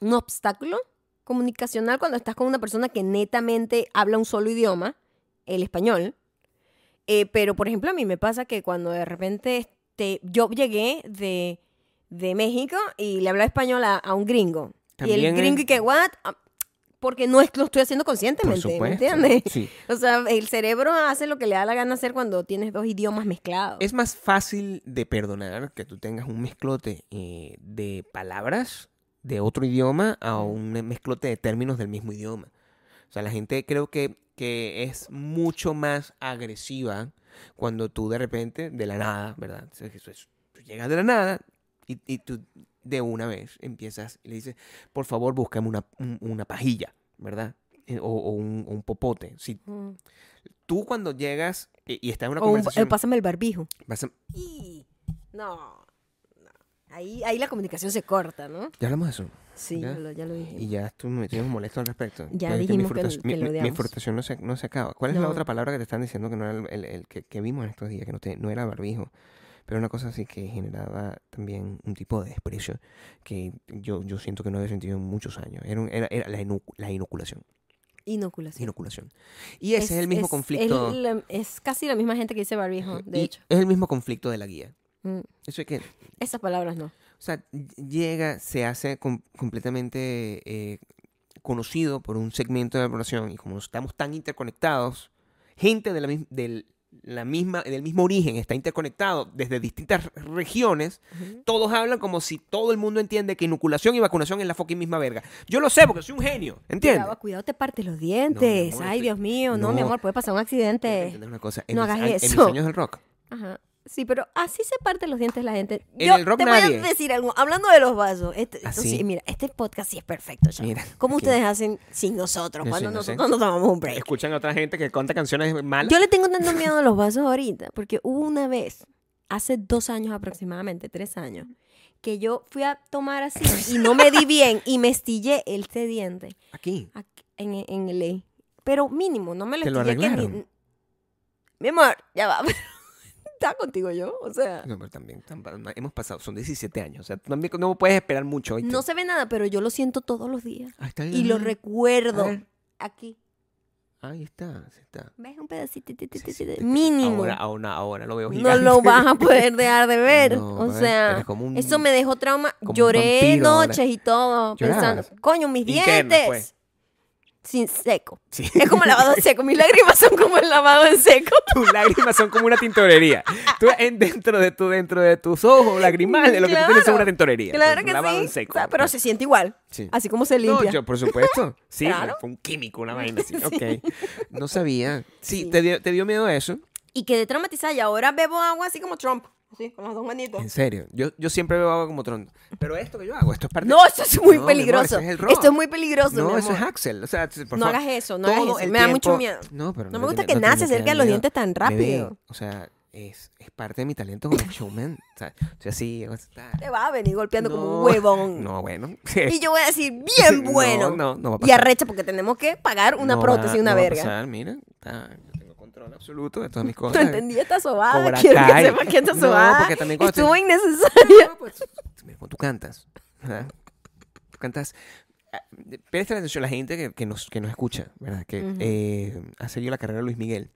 A: un obstáculo comunicacional cuando estás con una persona que netamente habla un solo idioma, el español. Eh, pero, por ejemplo, a mí me pasa que cuando de repente este, yo llegué de, de México y le hablaba español a, a un gringo. y
B: También eh,
A: el gringo
B: es-
A: y que, ¿what? Ah, Porque no es, lo estoy haciendo
B: por
A: conscientemente, ¿me
B: supuesto.
A: entiendes? (laughs)
B: Sí.
A: O sea, el cerebro hace lo que le da la gana hacer cuando tienes dos idiomas mezclados.
B: Es más fácil de perdonar que tú tengas un mezclote eh, de palabras de otro idioma a un mezclote de términos del mismo idioma. O sea, la gente creo que, que es mucho más agresiva cuando tú de repente, de la nada, ¿verdad? O sea, que eso es- tú llegas de la nada y, y tú de una vez empiezas y le dices, por favor, búscame una, un- una pajilla, ¿verdad? Eh, O, o un, o un popote. Si
A: Mm.
B: tú cuando llegas eh, y, estás en una
A: O un- eh,
B: conversación...
A: pásame el barbijo.
B: vas a-
A: Y, no, no. Ahí, ahí la comunicación se corta, ¿no?
B: Ya hablamos de eso.
A: Sí,
B: ¿Ya?
A: ya lo, ya lo dije.
B: Y ya tú me tienes molesto al respecto.
A: Ya
B: Pero es
A: dijimos que-
B: mi frustración,
A: que
B: mi-
A: lo
B: mi- mi
A: odiamos.
B: frustración no se, no se acaba. ¿Cuál es la
A: No.
B: otra palabra que te están diciendo que no era el, el- el que, que vimos en estos días, que no, te- no era barbijo? Pero una cosa así que generaba también un tipo de desprecio que yo, yo siento que no había sentido en muchos años. Era, un- era- era la, inu- la inoculación.
A: Inoculación.
B: inoculación. Y ese es, el mismo
A: es-
B: conflicto.
A: Es, la- es casi la misma gente que dice barbijo, de
B: y
A: hecho.
B: Es el mismo conflicto de la guía.
A: Mm,
B: Eso es que
A: Esas palabras no.
B: O sea, ll- llega, se hace com- completamente eh, conocido por un segmento de la población y como estamos tan interconectados, gente de la, mis- del, la misma, del mismo origen está interconectado desde distintas regiones,
A: Ujú.
B: todos hablan como si todo el mundo entiende que inoculación y vacunación es la fucking misma verga. Yo lo sé porque soy un genio, ¿entiendes?
A: Cuidado, cuidado, te partes los dientes.
B: amor,
A: Ay,
B: estoy-
A: Dios mío. No, mi
B: no.
A: amor, puede pasar un
B: Quiero
A: accidente.
B: entender una cosa, en
A: no
B: mis
A: hagas
B: a- En mis
A: eso.
B: años del rock.
A: Ajá. Sí, pero así se parte los dientes la gente.
B: En
A: Yo
B: el rock
A: te
B: nadie.
A: voy a decir algo. Hablando de los vasos. Este, esto
B: Así.
A: sí, mira, este podcast sí es perfecto. chamo.
B: Mira,
A: ¿Cómo
B: aquí.
A: ustedes hacen sin nosotros?
B: Yo
A: Cuando
B: sí, no sé.
A: nosotros nos tomamos un break.
B: Escuchan a otra gente que canta canciones malas.
A: Yo le tengo tanto miedo a los vasos ahorita, porque hubo una vez, hace dos años aproximadamente, tres años, que yo fui a tomar así y no me di bien y me estillé este diente
B: Aquí.
A: aquí- en, en LA, Pero mínimo, no me
B: ¿Te lo
A: molestaría que
B: arreglaron?
A: mi... mi amor, ya va. (laughs) Está contigo yo, o sea.
B: No, pero también, tan- hemos pasado, son 17 años. O sea, tú también no puedes esperar mucho. ¿oíste?
A: No se ve nada, pero yo lo siento todos los días.
B: Ahí Ah, está,
A: Y lo
B: ajá.
A: recuerdo.
B: A ver.
A: Aquí.
B: Ahí está, sí está.
A: ¿Ves un pedacito? Ti, ti,
B: Sí,
A: ti,
B: sí,
A: ti,
B: te-
A: Mínimo.
B: Ahora, ahora, ahora lo veo
A: no
B: gigante. (laughs)
A: lo vas a poder dejar de ver.
B: No,
A: o
B: vale,
A: sea,
B: eres como un-
A: eso me dejó trauma.
B: como un
A: Lloré
B: vampiro ahora.
A: noches y todo
B: Llorabas.
A: pensando, coño, mis
B: Interno,
A: dientes.
B: pues.
A: Sin seco.
B: Sí.
A: Es como el lavado en seco. Mis lágrimas son como el lavado en seco.
B: (laughs) Tus lágrimas son como una tintorería. Tú en- dentro de tu, dentro de tus ojos lagrimales, lo que tú tienes es
A: Claro,
B: una tintorería.
A: Claro
B: Entonces,
A: que
B: lavado
A: sí.
B: en seco.
A: O sea, pero se siente igual.
B: Sí.
A: Así como se
B: No,
A: limpia.
B: yo, por supuesto. Sí,
A: Claro.
B: fue un químico, una vaina así.
A: (laughs) Sí.
B: Ok. No sabía. Sí,
A: Sí.
B: Te, dio, te dio miedo eso.
A: Y quedé traumatizada y ahora bebo agua así como Trump. Así, con las dos manitos.
B: En serio. Yo, yo siempre bebo agua como tronco. Pero esto que yo hago, esto es parte.
A: No, eso es muy
B: No, mi amor,
A: peligroso.
B: ese es el rock.
A: Esto es muy peligroso.
B: No,
A: mi
B: eso es
A: amor.
B: Axel. O sea, por
A: No
B: favor,
A: hagas eso, no hagas
B: todo
A: eso.
B: el
A: Me da mucho
B: tiempo-
A: miedo.
B: No, pero
A: No me
B: le
A: gusta
B: tiene-
A: que
B: no
A: nada
B: tiene
A: se acerque
B: dar
A: a los
B: miedo.
A: dientes tan
B: Bebé,
A: rápido.
B: o sea, es, es parte de mi talento como showman. O sea, soy así. hago así, tal.
A: Te va a venir golpeando como
B: No,
A: un huevón.
B: No, bueno. (laughs)
A: Y yo voy a decir, bien
B: No,
A: bueno.
B: no, no va a
A: Y
B: pasar.
A: arrecha porque tenemos que pagar una
B: No va-
A: prótesis, una
B: no va a
A: verga. (laughs)
B: pasar, mira, está- yo tengo control absoluto de todas mis
A: No
B: cosas.
A: entendí esta sobada.
B: Cobra
A: Quiero
B: Kai.
A: que sepa que esta
B: No,
A: sobada
B: porque también cuando
A: estuvo
B: estoy-
A: innecesaria. (laughs)
B: No, pues, mira, cuando tú cantas, ¿verdad? Tú cantas. ah, Presta atención a la gente que, que nos, que nos escucha, ¿verdad? Que
A: Ujú.
B: eh, ha seguido la carrera de Luis Miguel.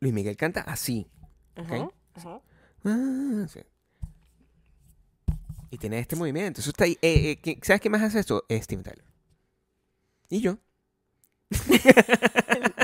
B: Luis Miguel canta así.
A: ah, Ajá, ajá.
B: Ah, sí. Y tiene este movimiento. Eso está ahí. Eh, eh, ¿quién- ¿Sabes qué más hace esto? Eh, Steven Tyler. Y yo.
A: (laughs)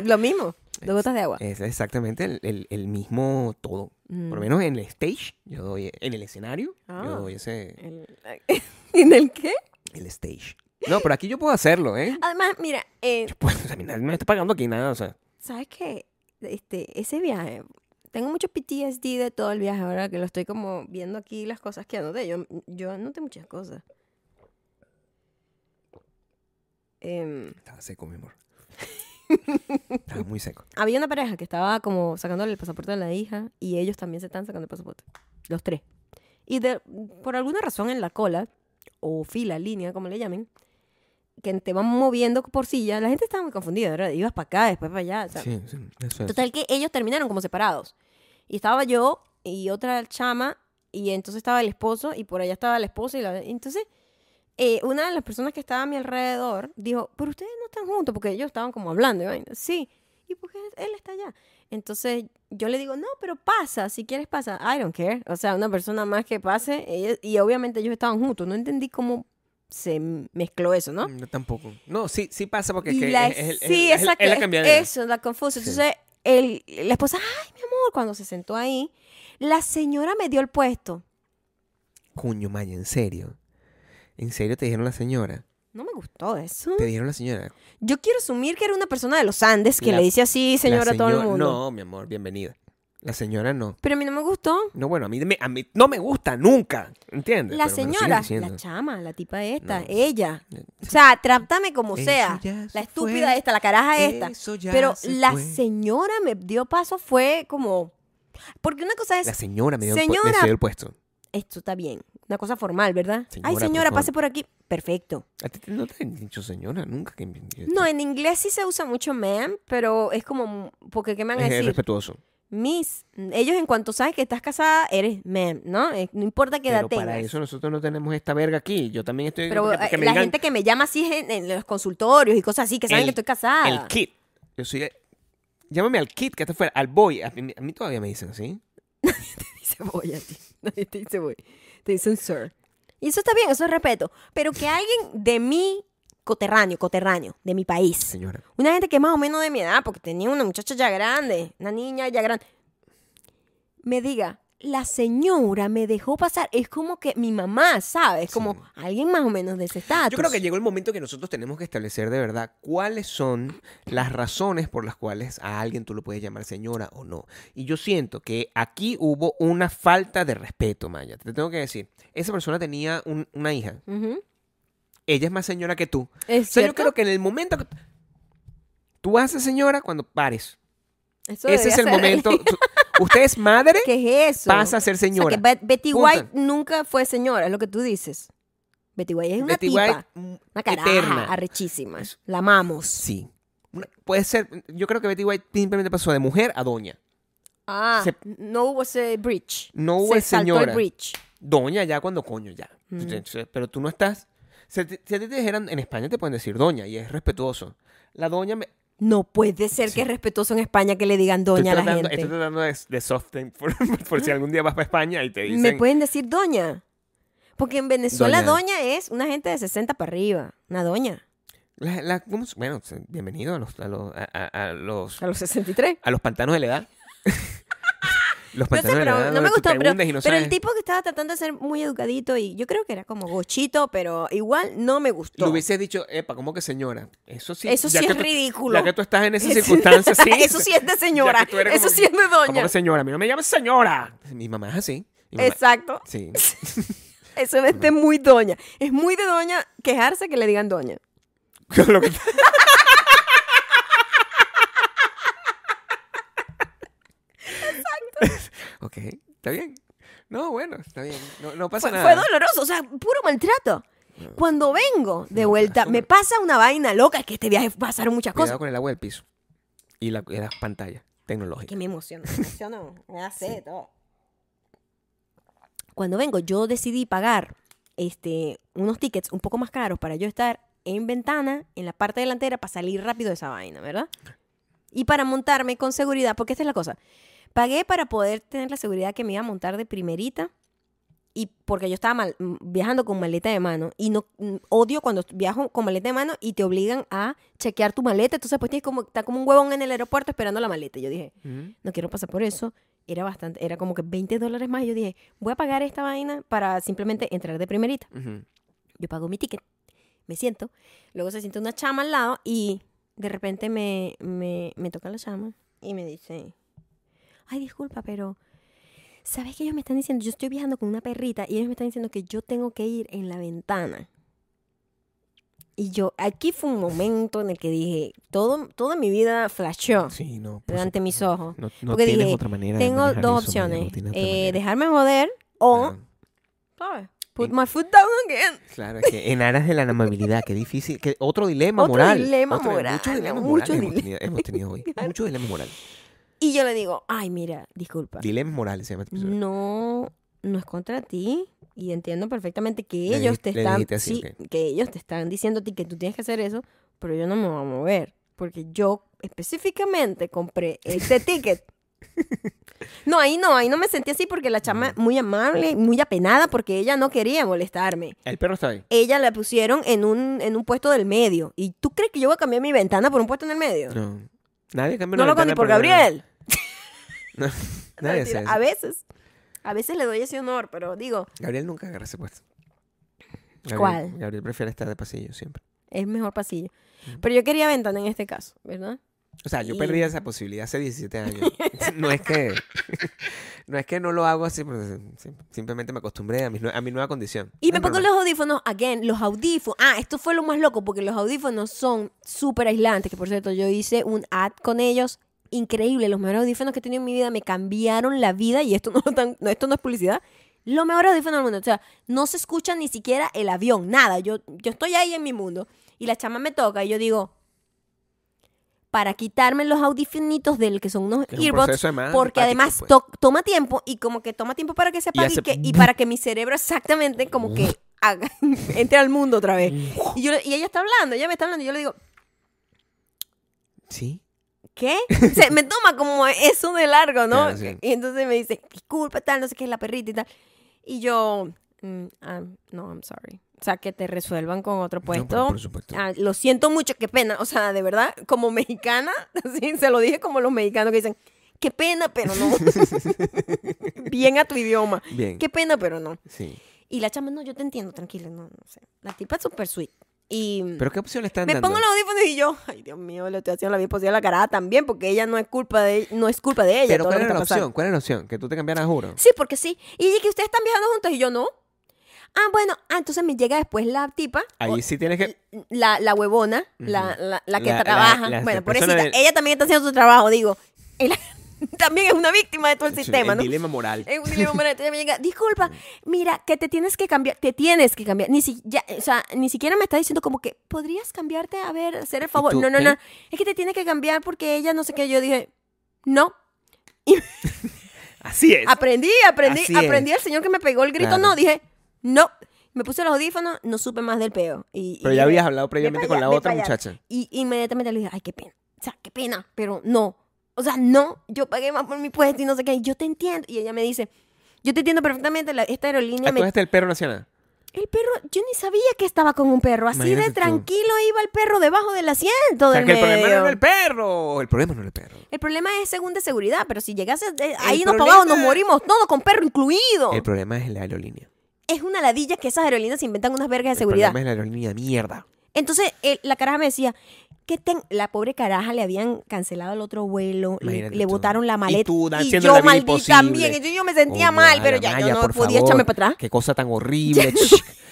A: Lo mismo, dos gotas de agua.
B: Es exactamente el, el- el mismo todo.
A: Mm.
B: Por lo menos en el stage, yo doy, en el escenario,
A: Ah.
B: yo doy ese,
A: El- (laughs) ¿En el qué?
B: el stage. No, pero aquí yo puedo hacerlo, ¿eh?
A: Además, mira, eh,
B: Yo puedo, o sea, nadie me está pagando aquí nada, o sea.
A: ¿sabes qué? Este, ese viaje, tengo mucho PTSD de todo el viaje ahora que lo estoy como viendo aquí las cosas que anoté. Yo, yo anoté muchas cosas. Em,
B: Estaba seco, mi amor. Estaba muy
A: (laughs)
B: seco.
A: había una pareja que estaba como sacándole el pasaporte a la hija y ellos también se están sacando el pasaporte. Los tres. Y de- por alguna razón en la cola, o fila, línea, como le llamen, que te van moviendo por silla, la gente estaba muy confundida, ¿verdad? Ibas para acá, después para allá. o sea,
B: Sí, sí, eso es.
A: Total que ellos terminaron como separados. Y estaba yo y otra chama, y entonces estaba el esposo, y por allá estaba la esposa. Y la... Entonces, eh, una de las personas que estaba a mi alrededor dijo, pero ustedes no están juntos, porque ellos estaban como hablando. Y vaina. sí, ¿y por qué él está allá? Entonces yo le digo, no, pero pasa, si quieres pasa. I don't care. O sea, una persona más que pase, ella- y obviamente ellos estaban juntos. No entendí cómo se mezcló eso, ¿no?
B: No, Mm, tampoco. No, sí, sí pasa porque es
A: Y
B: que
A: la-
B: es, es el- es
A: sí,
B: el- es el-
A: exacto,
B: es la
A: es-
B: cambiadera.
A: Eso, la confusa.
B: Sí.
A: Entonces, el, la esposa, ay, mi amor, cuando se sentó ahí, la señora me dio el puesto.
B: Coño, Maya, en serio. En serio te dijeron la señora.
A: No me gustó eso.
B: Te dijeron la señora.
A: Yo quiero asumir que era una persona de los Andes que
B: La-
A: le dice así, señora,
B: La
A: a todo el
B: señor-
A: mundo.
B: No, mi amor, bienvenida. La señora no.
A: Pero a mí no me gustó.
B: No, bueno, a mí, me- a mí no me gusta nunca. ¿Entiendes?
A: La
B: Pero me lo siguen
A: señora,
B: diciendo.
A: la chama, la tipa esta,
B: No.
A: ella.
B: Eh,
A: O sea, trátame como
B: Eso
A: sea.
B: ya se
A: La estúpida
B: fue.
A: esta, la caraja esta.
B: Eso ya
A: Pero
B: se
A: la
B: fue.
A: señora me dio paso fue como... Porque una cosa es...
B: La señora me dio, el, pu-
A: Señora.
B: me cedió el puesto.
A: esto está bien. Una cosa formal, ¿verdad? Ay,
B: Señora, por
A: señora,
B: favor.
A: pase por aquí. Perfecto.
B: A ti te- no te han dicho señora nunca. Que,
A: No, en inglés sí se usa mucho ma'am, pero es como, porque ¿qué me van a
B: es, es
A: decir?
B: respetuoso.
A: Miss, ellos en cuanto saben que estás casada, eres ma'am, ¿no? Eh, No importa qué edad
B: Pero para
A: tengas.
B: eso nosotros no tenemos esta verga aquí. Yo también estoy...
A: Pero
B: porque-
A: eh,
B: porque me
A: la
B: digan
A: gente que me llama así en, en los consultorios y cosas así, que saben
B: El-
A: que estoy casada.
B: El kit. Yo soy... Llámame al kit, que hasta fuera. Al boy. A mí, a mí todavía me dicen así.
A: (laughs) dice voy a ti. (laughs) Nadie te dice voy. Te dicen sir. Y eso está bien, eso es respeto. Pero que alguien de mi coterráneo, coterráneo, de mi país,
B: Señora.
A: Una gente que es más o menos de mi edad, porque tenía una muchacha ya grande, una niña ya grande. Me diga, la señora me dejó pasar. Es como que mi mamá, ¿sabes? Como
B: Sí.
A: alguien más o menos de ese estatus.
B: Yo creo que llegó el momento que nosotros tenemos que establecer de verdad cuáles son las razones por las cuales a alguien tú lo puedes llamar señora o no. Y yo siento que aquí hubo una falta de respeto, Maya. Te tengo que decir, esa persona tenía un- una hija.
A: Ujú.
B: Ella es más señora que tú.
A: Es
B: O sea, yo
A: cierto.
B: creo que en el momento que tú vas a ser señora cuando pares.
A: Eso
B: Ese es
A: debería
B: el
A: ser
B: momento.
A: ley.
B: Tú- Usted es madre,
A: (laughs) ¿Qué es eso?
B: pasa a ser
A: O sea,
B: señora.
A: que Bet- Betty
B: Punto.
A: White nunca fue señora, es lo que tú dices. Betty White es una
B: Betty
A: tipa,
B: White, mm,
A: una caraja,
B: eterna.
A: arrechísima. La amamos.
B: Sí. Una- puede ser, yo creo que Betty White simplemente pasó de mujer a doña.
A: Ah,
B: Se-
A: no hubo ese bridge.
B: No hubo
A: Se
B: el
A: saltó
B: señora.
A: el bridge.
B: Doña ya cuando coño ya.
A: Mm.
B: Entonces, Pero tú no estás. Si a ti si a ti te dijeran en España te pueden decir doña y es respetuoso. La doña me.
A: No puede ser que es respetuoso en España que le digan doña a
B: estoy
A: la
B: tratando,
A: gente.
B: estoy tratando de, de soften por, por (laughs) si algún día vas para España y te dicen.
A: Me pueden decir doña. Porque en Venezuela
B: Doña.
A: doña, es una gente de 60 para arriba. Una doña.
B: La- la- ¿cómo se- bueno, se- bienvenido a los, a, los, a, a- a los,
A: A los 63.
B: a los pantanos de la edad. (laughs) los
A: No sé,
B: pantanos de Pues la
A: pero no
B: edad.
A: me
B: donde tú
A: gustó.
B: te
A: Pero,
B: hundes y no
A: pero el
B: sabes.
A: tipo que estaba tratando de ser muy educadito y yo creo que era como gochito, pero igual no me
B: Le
A: gustó.
B: hubiese dicho, epa, ¿cómo que señora? Eso sí,
A: Eso
B: ya
A: sí
B: que
A: es
B: tú-
A: ridículo.
B: Ya que tú estás
A: (laughs)
B: en esas
A: Eso-
B: circunstancias, sí.
A: Eso sí es de señora.
B: que tú eres
A: Eso
B: como-
A: sí es de
B: ¿Cómo
A: doña.
B: que señora? A mí no me llames señora. Mi mamá es así. Mi mamá-
A: Exacto.
B: Sí. (laughs)
A: Eso es de muy doña. Es muy de doña quejarse que le digan doña. (laughs)
B: Con lo que- (laughs) ok, está bien. No, bueno, está bien. No, no pasa
A: Fue,
B: nada.
A: fue doloroso, o sea, puro maltrato. Cuando vengo de vuelta, me pasa una vaina loca. Es que este viaje pasaron muchas
B: Cuidado
A: cosas.
B: con el agua del piso. Y, la, y las pantallas
A: Que
B: tecnológicas.
A: me emociona, me emociona, me da sed, todo. Cuando vengo, yo decidí pagar este, unos tickets un poco más caros para yo estar en ventana, en la parte delantera, para salir rápido de esa vaina, ¿verdad? Y para montarme con seguridad, porque esta es la cosa. Pagué para poder tener la seguridad que me iba a montar de primerita. Y porque yo estaba mal- mm, viajando con maleta de mano y no mm, odio cuando viajo con maleta de mano y te obligan a chequear tu maleta, entonces pues tienes como está como un huevón en el aeropuerto esperando la maleta. Yo dije,
B: Ujú.
A: no quiero pasar por eso. Era bastante, era como que 20 dólares más. Y yo dije, voy a pagar esta vaina para simplemente entrar de primerita.
B: Ujú.
A: Yo pago mi ticket, me siento. Luego se siente una chama al lado y de repente me, me, me toca la chama y me dice, ay, disculpa, pero ¿sabes que ellos me están diciendo? Yo estoy viajando con una perrita y ellos me están diciendo que yo tengo que ir en la ventana. Y yo, aquí fue un momento en el que dije, todo, toda mi vida flasheó
B: Sí, no. por
A: delante de mis ojos.
B: supuesto. No, no
A: Porque
B: tienes
A: dije,
B: otra manera. de
A: Tengo
B: manejar
A: dos
B: eso, María, no
A: opciones.
B: tienes otra
A: Eh,
B: manera.
A: dejarme joder o,
B: Claro.
A: ¿sabes? Put
B: En-
A: my foot down again.
B: Claro, es que en aras de la amabilidad, qué difícil. Que otro dilema
A: Otro
B: moral.
A: dilema moral,
B: Muchos dilemas
A: mucho
B: morales
A: dilema.
B: hemos, tenido, hemos tenido
A: (laughs)
B: hoy. Muchos dilemas morales.
A: Y yo le digo, ay, mira, disculpa.
B: Dilemas morales se llama este episodio.
A: No, no es contra ti. Y entiendo perfectamente que
B: Le
A: ellos
B: dijiste-
A: te
B: le
A: están.
B: dijiste así,
A: sí, que ellos te están diciendo a ti que tú tienes que hacer eso, pero yo no me voy a mover. Porque yo específicamente compré
B: (laughs)
A: este ticket. No, ahí no, ahí no me sentí así porque la chama muy amable, muy apenada porque ella no quería molestarme.
B: El perro está ahí.
A: ella la pusieron en un, en un puesto del medio. ¿Y tú crees que yo voy a cambiar mi ventana por un puesto en el medio? No,
B: No. Nadie cambia
A: lo hago
B: con
A: ni por
B: (laughs)
A: Gabriel.
B: Nadie
A: Mentira,
B: hace eso.
A: a veces. A veces le doy ese honor, pero digo,
B: Gabriel nunca agarra ese puesto. Gabriel-
A: ¿Cuál?
B: Gabriel prefiere estar de pasillo siempre.
A: es mejor pasillo.
B: Mm.
A: Pero yo quería ventana en este caso, ¿verdad?
B: O sea, yo
A: Y-
B: perdí esa posibilidad hace 17
A: (laughs)
B: años. (laughs) No es que (laughs) no es que no lo hago así, pero sim- simplemente me acostumbré a mi, nue- a mi nueva condición.
A: Y me
B: Es
A: pongo
B: normal.
A: los audífonos, again, los audífonos. Ah, esto fue lo más loco, porque los audífonos son súper aislantes, que por cierto, yo hice un ad con ellos. Increíble, los mejores audífonos que he tenido en mi vida me cambiaron la vida y esto (laughs) no, lo tan- no, esto no es publicidad. Los mejores audífonos del mundo. O sea, no se escucha ni siquiera el avión, nada. Yo, yo estoy ahí en mi mundo y la chama me toca y yo digo, para quitarme los audífonitos del que son unos
B: Que es un
A: earbuds,
B: proceso además
A: porque
B: empático,
A: además
B: pues.
A: to- toma tiempo y como que toma tiempo para que se
B: Y
A: apague y,
B: hace
A: que- y para que mi cerebro exactamente como que haga- (laughs) entre al mundo otra vez.
B: Mm.
A: Y, yo, y ella está hablando, ella me está hablando y yo le digo,
B: Sí.
A: ¿qué? Se me toma como eso de largo, ¿no?
B: Claro, sí.
A: Y entonces me dice, disculpa, tal, no sé qué es la perrita y tal. Y yo, "Mm, I'm- no, I'm sorry. O sea, que te resuelvan con otro
B: No, pues, por-
A: puesto.
B: por supuesto.
A: Ah, lo siento mucho, qué pena. O sea, de verdad, como mexicana, (laughs) sí, se lo dije como los mexicanos que dicen, qué pena, pero no. (laughs) Bien a tu idioma.
B: Bien.
A: Qué pena, pero no.
B: Sí.
A: Y la chama, no, yo te entiendo, tranquila, no, no sé. La tipa es súper sweet. Y
B: ¿Pero qué opción le están
A: Mm. me
B: dando?
A: pongo los audífonos y yo, ay Dios mío, le estoy haciendo la vida posible a la cara también, porque ella no es culpa de no es culpa de ella.
B: Pero
A: todo lo
B: ¿cuál
A: que
B: era la
A: está pasando.
B: opción? ¿Cuál era la opción? Que tú te cambiaras, juro.
A: Sí, porque sí. Y dije que ustedes están viajando juntos y yo no. Ah, bueno, ah, entonces me llega después la tipa,
B: Ahí sí tienes que...
A: o- la, la huevona, la,
B: Ujú.
A: la, la que
B: La- la-
A: trabaja.
B: la
A: bueno,
B: persona
A: pobrecita,
B: del-
A: ella también está haciendo su trabajo, digo. Y la- (laughs) también es una víctima de todo el
B: Sí,
A: sistema,
B: el
A: ¿no? Eh,
B: dilema moral.
A: Es un dilema moral. Entonces me llega,
B: (laughs)
A: disculpa, mira, que te tienes que cambiar, te tienes que cambiar. Ni, si- ya, o sea, ni siquiera me está diciendo como que podrías cambiarte, a ver, hacer el favor.
B: tú
A: No, no,
B: qué?
A: no. Es que te tienes que cambiar porque ella no sé qué. Yo dije, no. Y
B: Así es.
A: aprendí, aprendí,
B: Así es.
A: aprendí al señor que me pegó el grito,
B: Claro.
A: no. Dije, no. Me puse los audífonos, no supe más del peo. Y, y
B: Pero
A: dije,
B: ya habías hablado previamente
A: "Ve
B: con
A: pa'
B: la
A: allá, ve
B: otra
A: pa' allá".
B: muchacha.
A: Y inmediatamente le dije, ay, qué pena. O sea, qué pena, pero no. O sea, no, yo pagué más por mi puesto y no sé qué. y Yo te entiendo. Y ella me dice, yo te entiendo perfectamente, la- esta aerolínea
B: Ah,
A: me...
B: ¿Tú eres el perro nacional?
A: El perro, yo ni sabía que estaba con un perro. Así
B: Imagínate
A: de
B: tú.
A: tranquilo iba el perro debajo del asiento
B: O sea,
A: del
B: que el problema no
A: medio.
B: era el perro. El problema no era el perro.
A: El problema es según de seguridad, pero si llegase de- ahí nos
B: problema-
A: pagamos, nos morimos todos con perro incluido.
B: El problema es la aerolínea.
A: Es una ladilla que esas aerolíneas se inventan unas vergas de
B: El
A: seguridad.
B: problema es la aerolínea de mierda.
A: Entonces, el- la caraja me decía, que ten- la pobre caraja le habían cancelado el otro vuelo, le,
B: Imagínate
A: le
B: tú.
A: botaron la
B: Y
A: maleta.
B: tú
A: Y,
B: haciendo
A: yo
B: la vida
A: maldí
B: imposible.
A: también. Yo, yo me sentía
B: Coño,
A: mal, pero ya
B: Maya,
A: yo no
B: por
A: podía
B: favor.
A: echarme para atrás.
B: Qué cosa tan horrible.
A: (laughs)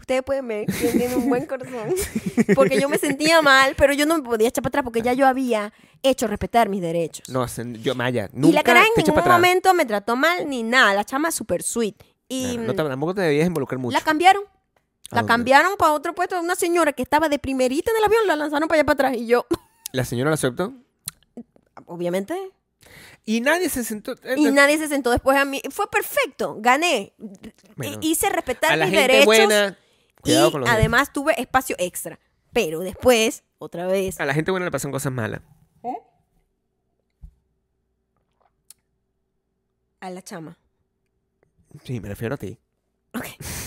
A: Ustedes pueden ver que tiene un buen
B: (laughs)
A: corazón. Porque yo me sentía mal, pero yo no me podía echar para atrás porque ya yo había hecho respetar mis derechos.
B: no, hacen- yo, Maya,
A: y la
B: nunca
A: caraja
B: te
A: en
B: eches
A: ningún
B: para atrás.
A: momento me trató mal ni nada. La chama es súper sweet. Y mm,
B: Claro, no te- tampoco te debías involucrar mucho.
A: la cambiaron.
B: ¿A
A: La
B: dónde?
A: cambiaron para otro puesto. Una señora que estaba de primerita en el avión la lanzaron para allá para atrás. Y yo,
B: La señora lo aceptó.
A: obviamente,
B: Y nadie se sentó. eh,
A: Y nadie se sentó después a mí. Fue perfecto, gané.
B: Bueno,
A: Hi- Hice respetar
B: a la
A: mis
B: gente
A: derechos
B: buena.
A: y
B: Cuidado con los derechos.
A: además tuve espacio extra. Pero después, otra vez,
B: A la gente buena le pasan cosas malas.
A: a la chama.
B: Sí, me refiero a ti.
A: Ok.
B: (laughs)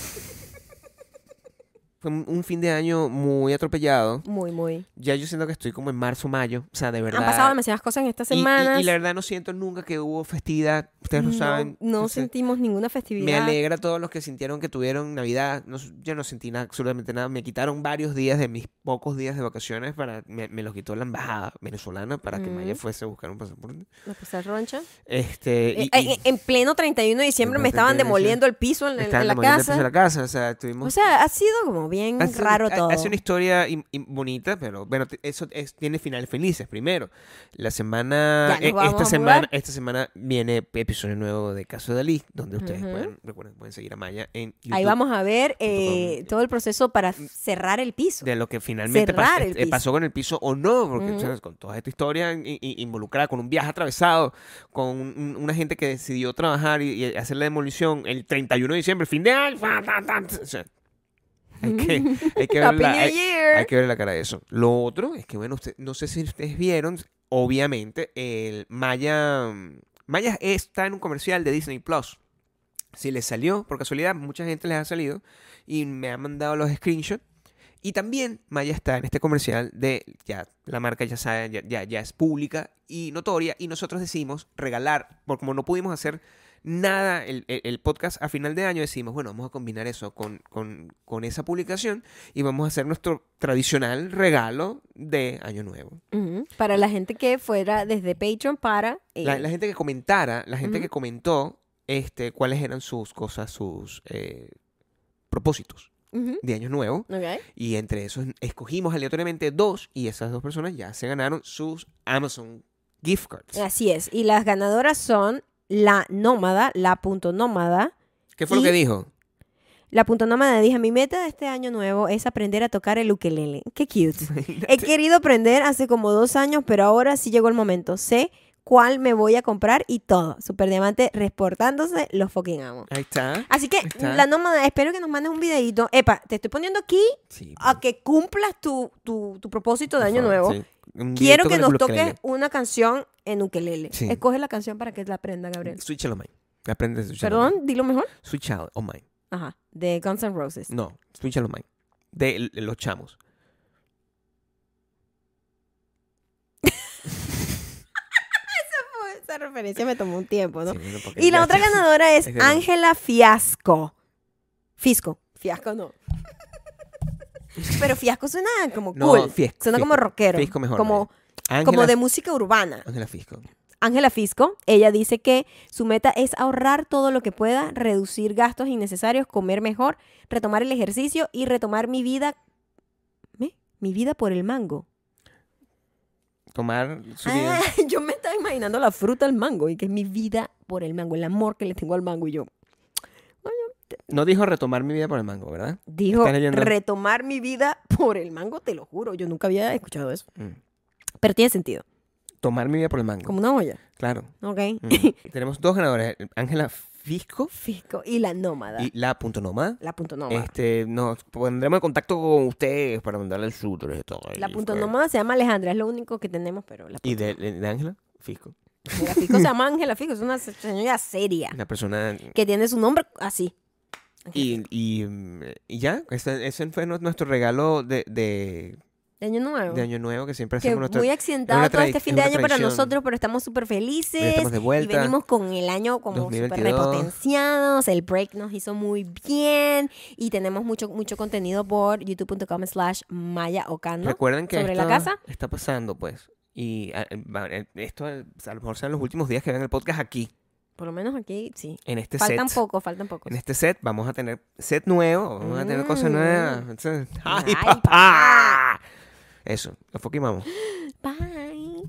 B: Fue un, un fin de año muy atropellado.
A: Muy, muy.
B: Ya yo siento que estoy como en marzo, mayo. O sea, de verdad.
A: Han pasado demasiadas cosas en estas
B: Y- y-
A: semanas.
B: Y, la verdad no siento nunca que hubo festividad. Ustedes lo
A: no,
B: saben.
A: no
B: Entonces,
A: sentimos ninguna
B: Me
A: festividad.
B: alegra a todos los que sintieron que tuvieron Navidad. No s- yo no sentí nada, absolutamente nada. Me quitaron varios días de mis pocos días de vacaciones. para Me, me los quitó la embajada venezolana para que Maya
A: Mm.
B: fuese a buscar un pasaporte.
A: La puse roncha.
B: Este, y-
A: Eh,
B: y
A: en, en pleno 31 de diciembre
B: En
A: me
B: pleno
A: estaban
B: 31 de
A: demoliendo el piso en, en- en
B: estaban
A: la
B: demoliendo el piso
A: casa.
B: de la casa. O sea, tuvimos...
A: O sea, ha sido como bien
B: Hace-
A: raro
B: ha-
A: todo.
B: Hace una historia im- im- bonita, pero bueno, te- eso es- tiene finales felices. Primero, la semana,
A: Ya nos
B: e-
A: vamos
B: esta
A: a
B: semana,
A: mudar.
B: esta semana viene episodio nuevo de Caso de Dalí, donde ustedes
A: Ujú.
B: pueden, recuerden, pueden seguir a Maya en YouTube.
A: Ahí vamos a ver eh,
B: com.
A: todo el proceso para cerrar el piso.
B: De lo que finalmente
A: Cerrar
B: pas-
A: el
B: eh, pasó con el piso o no, porque
A: Ujú.
B: ¿sabes? con toda esta historia in- in- involucrada, con un viaje atravesado, con un- un- una gente que decidió trabajar y, y hacer la demolición el 31 de diciembre, fin de año. fa, ta, ta, o sea, hay
A: (laughs)
B: que, hay que ver
A: Happy
B: la,
A: New
B: hay-
A: Year.
B: Hay que ver la cara de eso. Lo otro es que, bueno, usted- no sé si ustedes vieron, obviamente, el Maya. Maya está en un comercial de Disney Plus. Si les salió, por casualidad, mucha gente les ha salido y me ha mandado los screenshots. Y también Maya está en este comercial de, ya, la marca ya saben, ya, ya, ya es pública y notoria y nosotros decidimos regalar, porque como no pudimos hacer nada el, el- el podcast a final de año, decimos, bueno, vamos a combinar eso con, con- con esa publicación y vamos a hacer nuestro tradicional regalo de Año Nuevo.
A: Ujú, Para la gente que fuera desde Patreon para... eh,
B: La, la gente que comentara, la gente
A: Ujú.
B: que comentó este, cuáles eran sus cosas, sus eh, propósitos
A: ujú,
B: de Año Nuevo.
A: ok.
B: Y entre esos escogimos aleatoriamente dos y esas dos personas ya se ganaron sus Amazon gift cards.
A: Así es. Y las ganadoras son la nómada, la punto nómada.
B: ¿Qué fue lo que
A: y-
B: dijo?
A: (laughs)
B: (laughs)
A: La punto nómada dije, mi meta de este año nuevo es aprender a tocar el ukelele. Qué cute.
B: (laughs)
A: He querido aprender hace como dos años, pero ahora sí llegó el momento. Sé cuál me voy a comprar y todo. Super Diamante reportándose, los fucking amo.
B: Ahí está.
A: Así que,
B: está.
A: la nómada, espero que nos mandes un videito. Epa, te estoy poniendo aquí
B: Sí,
A: a que cumplas tu, tu, tu propósito de
B: por
A: año
B: favor,
A: nuevo.
B: sí. Un
A: Quiero
B: directo
A: que
B: con
A: nos
B: el
A: toques
B: ukelele.
A: una canción en ukelele.
B: Sí.
A: Escoge la canción para que la aprenda, Gabriel.
B: Sweet Child of Mine. Aprende de Sweet Child of Mine.
A: Perdón, dilo mejor.
B: Sweet Child of Mine.
A: Ajá, de Guns N' Roses.
B: No, Sweet Child of Mine. De l- los chamos.
A: Oh, Esa referencia me tomó un tiempo, ¿no?
B: Sí, bueno, porque
A: y la
B: ya-
A: otra ganadora es
B: Es de-
A: Ángela Fiasco. Fisco. Fiasco
B: (laughs)
A: no. Pero fiasco suena como
B: No,
A: cool.
B: fiesco,
A: suena como
B: fiesco.
A: rockero.
B: Fisco mejor,
A: Como,
B: Maya. Ángela,
A: como de música urbana.
B: Ángela Fisco.
A: Ángela Fisco, ella dice que su meta es ahorrar todo lo que pueda, reducir gastos innecesarios, comer mejor, retomar el ejercicio y retomar mi vida. ¿Me? Mi vida por el mango.
B: tomar su
A: Ah, (laughs)
B: vida.
A: yo me estaba imaginando la fruta al mango y que es mi vida por el mango, el amor que le tengo al mango. Y yo
B: No dijo retomar mi vida por el mango, ¿verdad?
A: dijo
B: ¿Estás leyendo?
A: retomar mi vida por el mango, te lo juro. Yo nunca había escuchado eso.
B: Mm.
A: Pero tiene sentido,
B: Tomar mi vida por el mango.
A: como una olla. (laughs)
B: Claro.
A: Ok.
B: Mm. Tenemos dos ganadores, Ángela Fisco
A: Fisco y la nómada.
B: y la punto nómada.
A: La punto nómada.
B: Este, nos pondremos en contacto con ustedes para mandarle el sutre y todo.
A: la
B: Y
A: punto
B: fue-
A: nómada se llama Alejandra, es lo único que tenemos, pero la
B: ¿Y
A: punto
B: de de Ángela? Fisco.
A: Ángela Fisco se llama Ángela Fisco, es una se- señora seria
B: La persona.
A: que tiene su nombre así.
B: Y, y, mm, y ya, ese, ese fue nu- nuestro regalo de, de,
A: De año nuevo.
B: de Año Nuevo que siempre
A: que
B: hacemos nuestra-
A: muy accidentado todo
B: tradi-
A: este fin
B: es
A: de
B: una
A: año para
B: tradición.
A: nosotros, pero estamos súper felices.
B: Ya estamos de vuelta.
A: Y venimos con el año como súper
B: 2022.
A: repotenciados. El break nos hizo muy bien. Y tenemos mucho, mucho contenido por youtube.com slash maya ocando.
B: Recuerden que
A: sobre la
B: esto
A: casa.
B: está pasando, pues. Y a- va- eh, esto a lo mejor sean los últimos días que ven el podcast aquí,
A: Por lo menos aquí, sí.
B: en este
A: Faltan
B: set.
A: poco, faltan poco.
B: En este set vamos a tener set nuevo, vamos a tener cosas
A: Mm.
B: nuevas. (laughs) Entonces, ¡Ay,
A: Ay,
B: papá! Eso, enfoque y vamos.
A: Bye.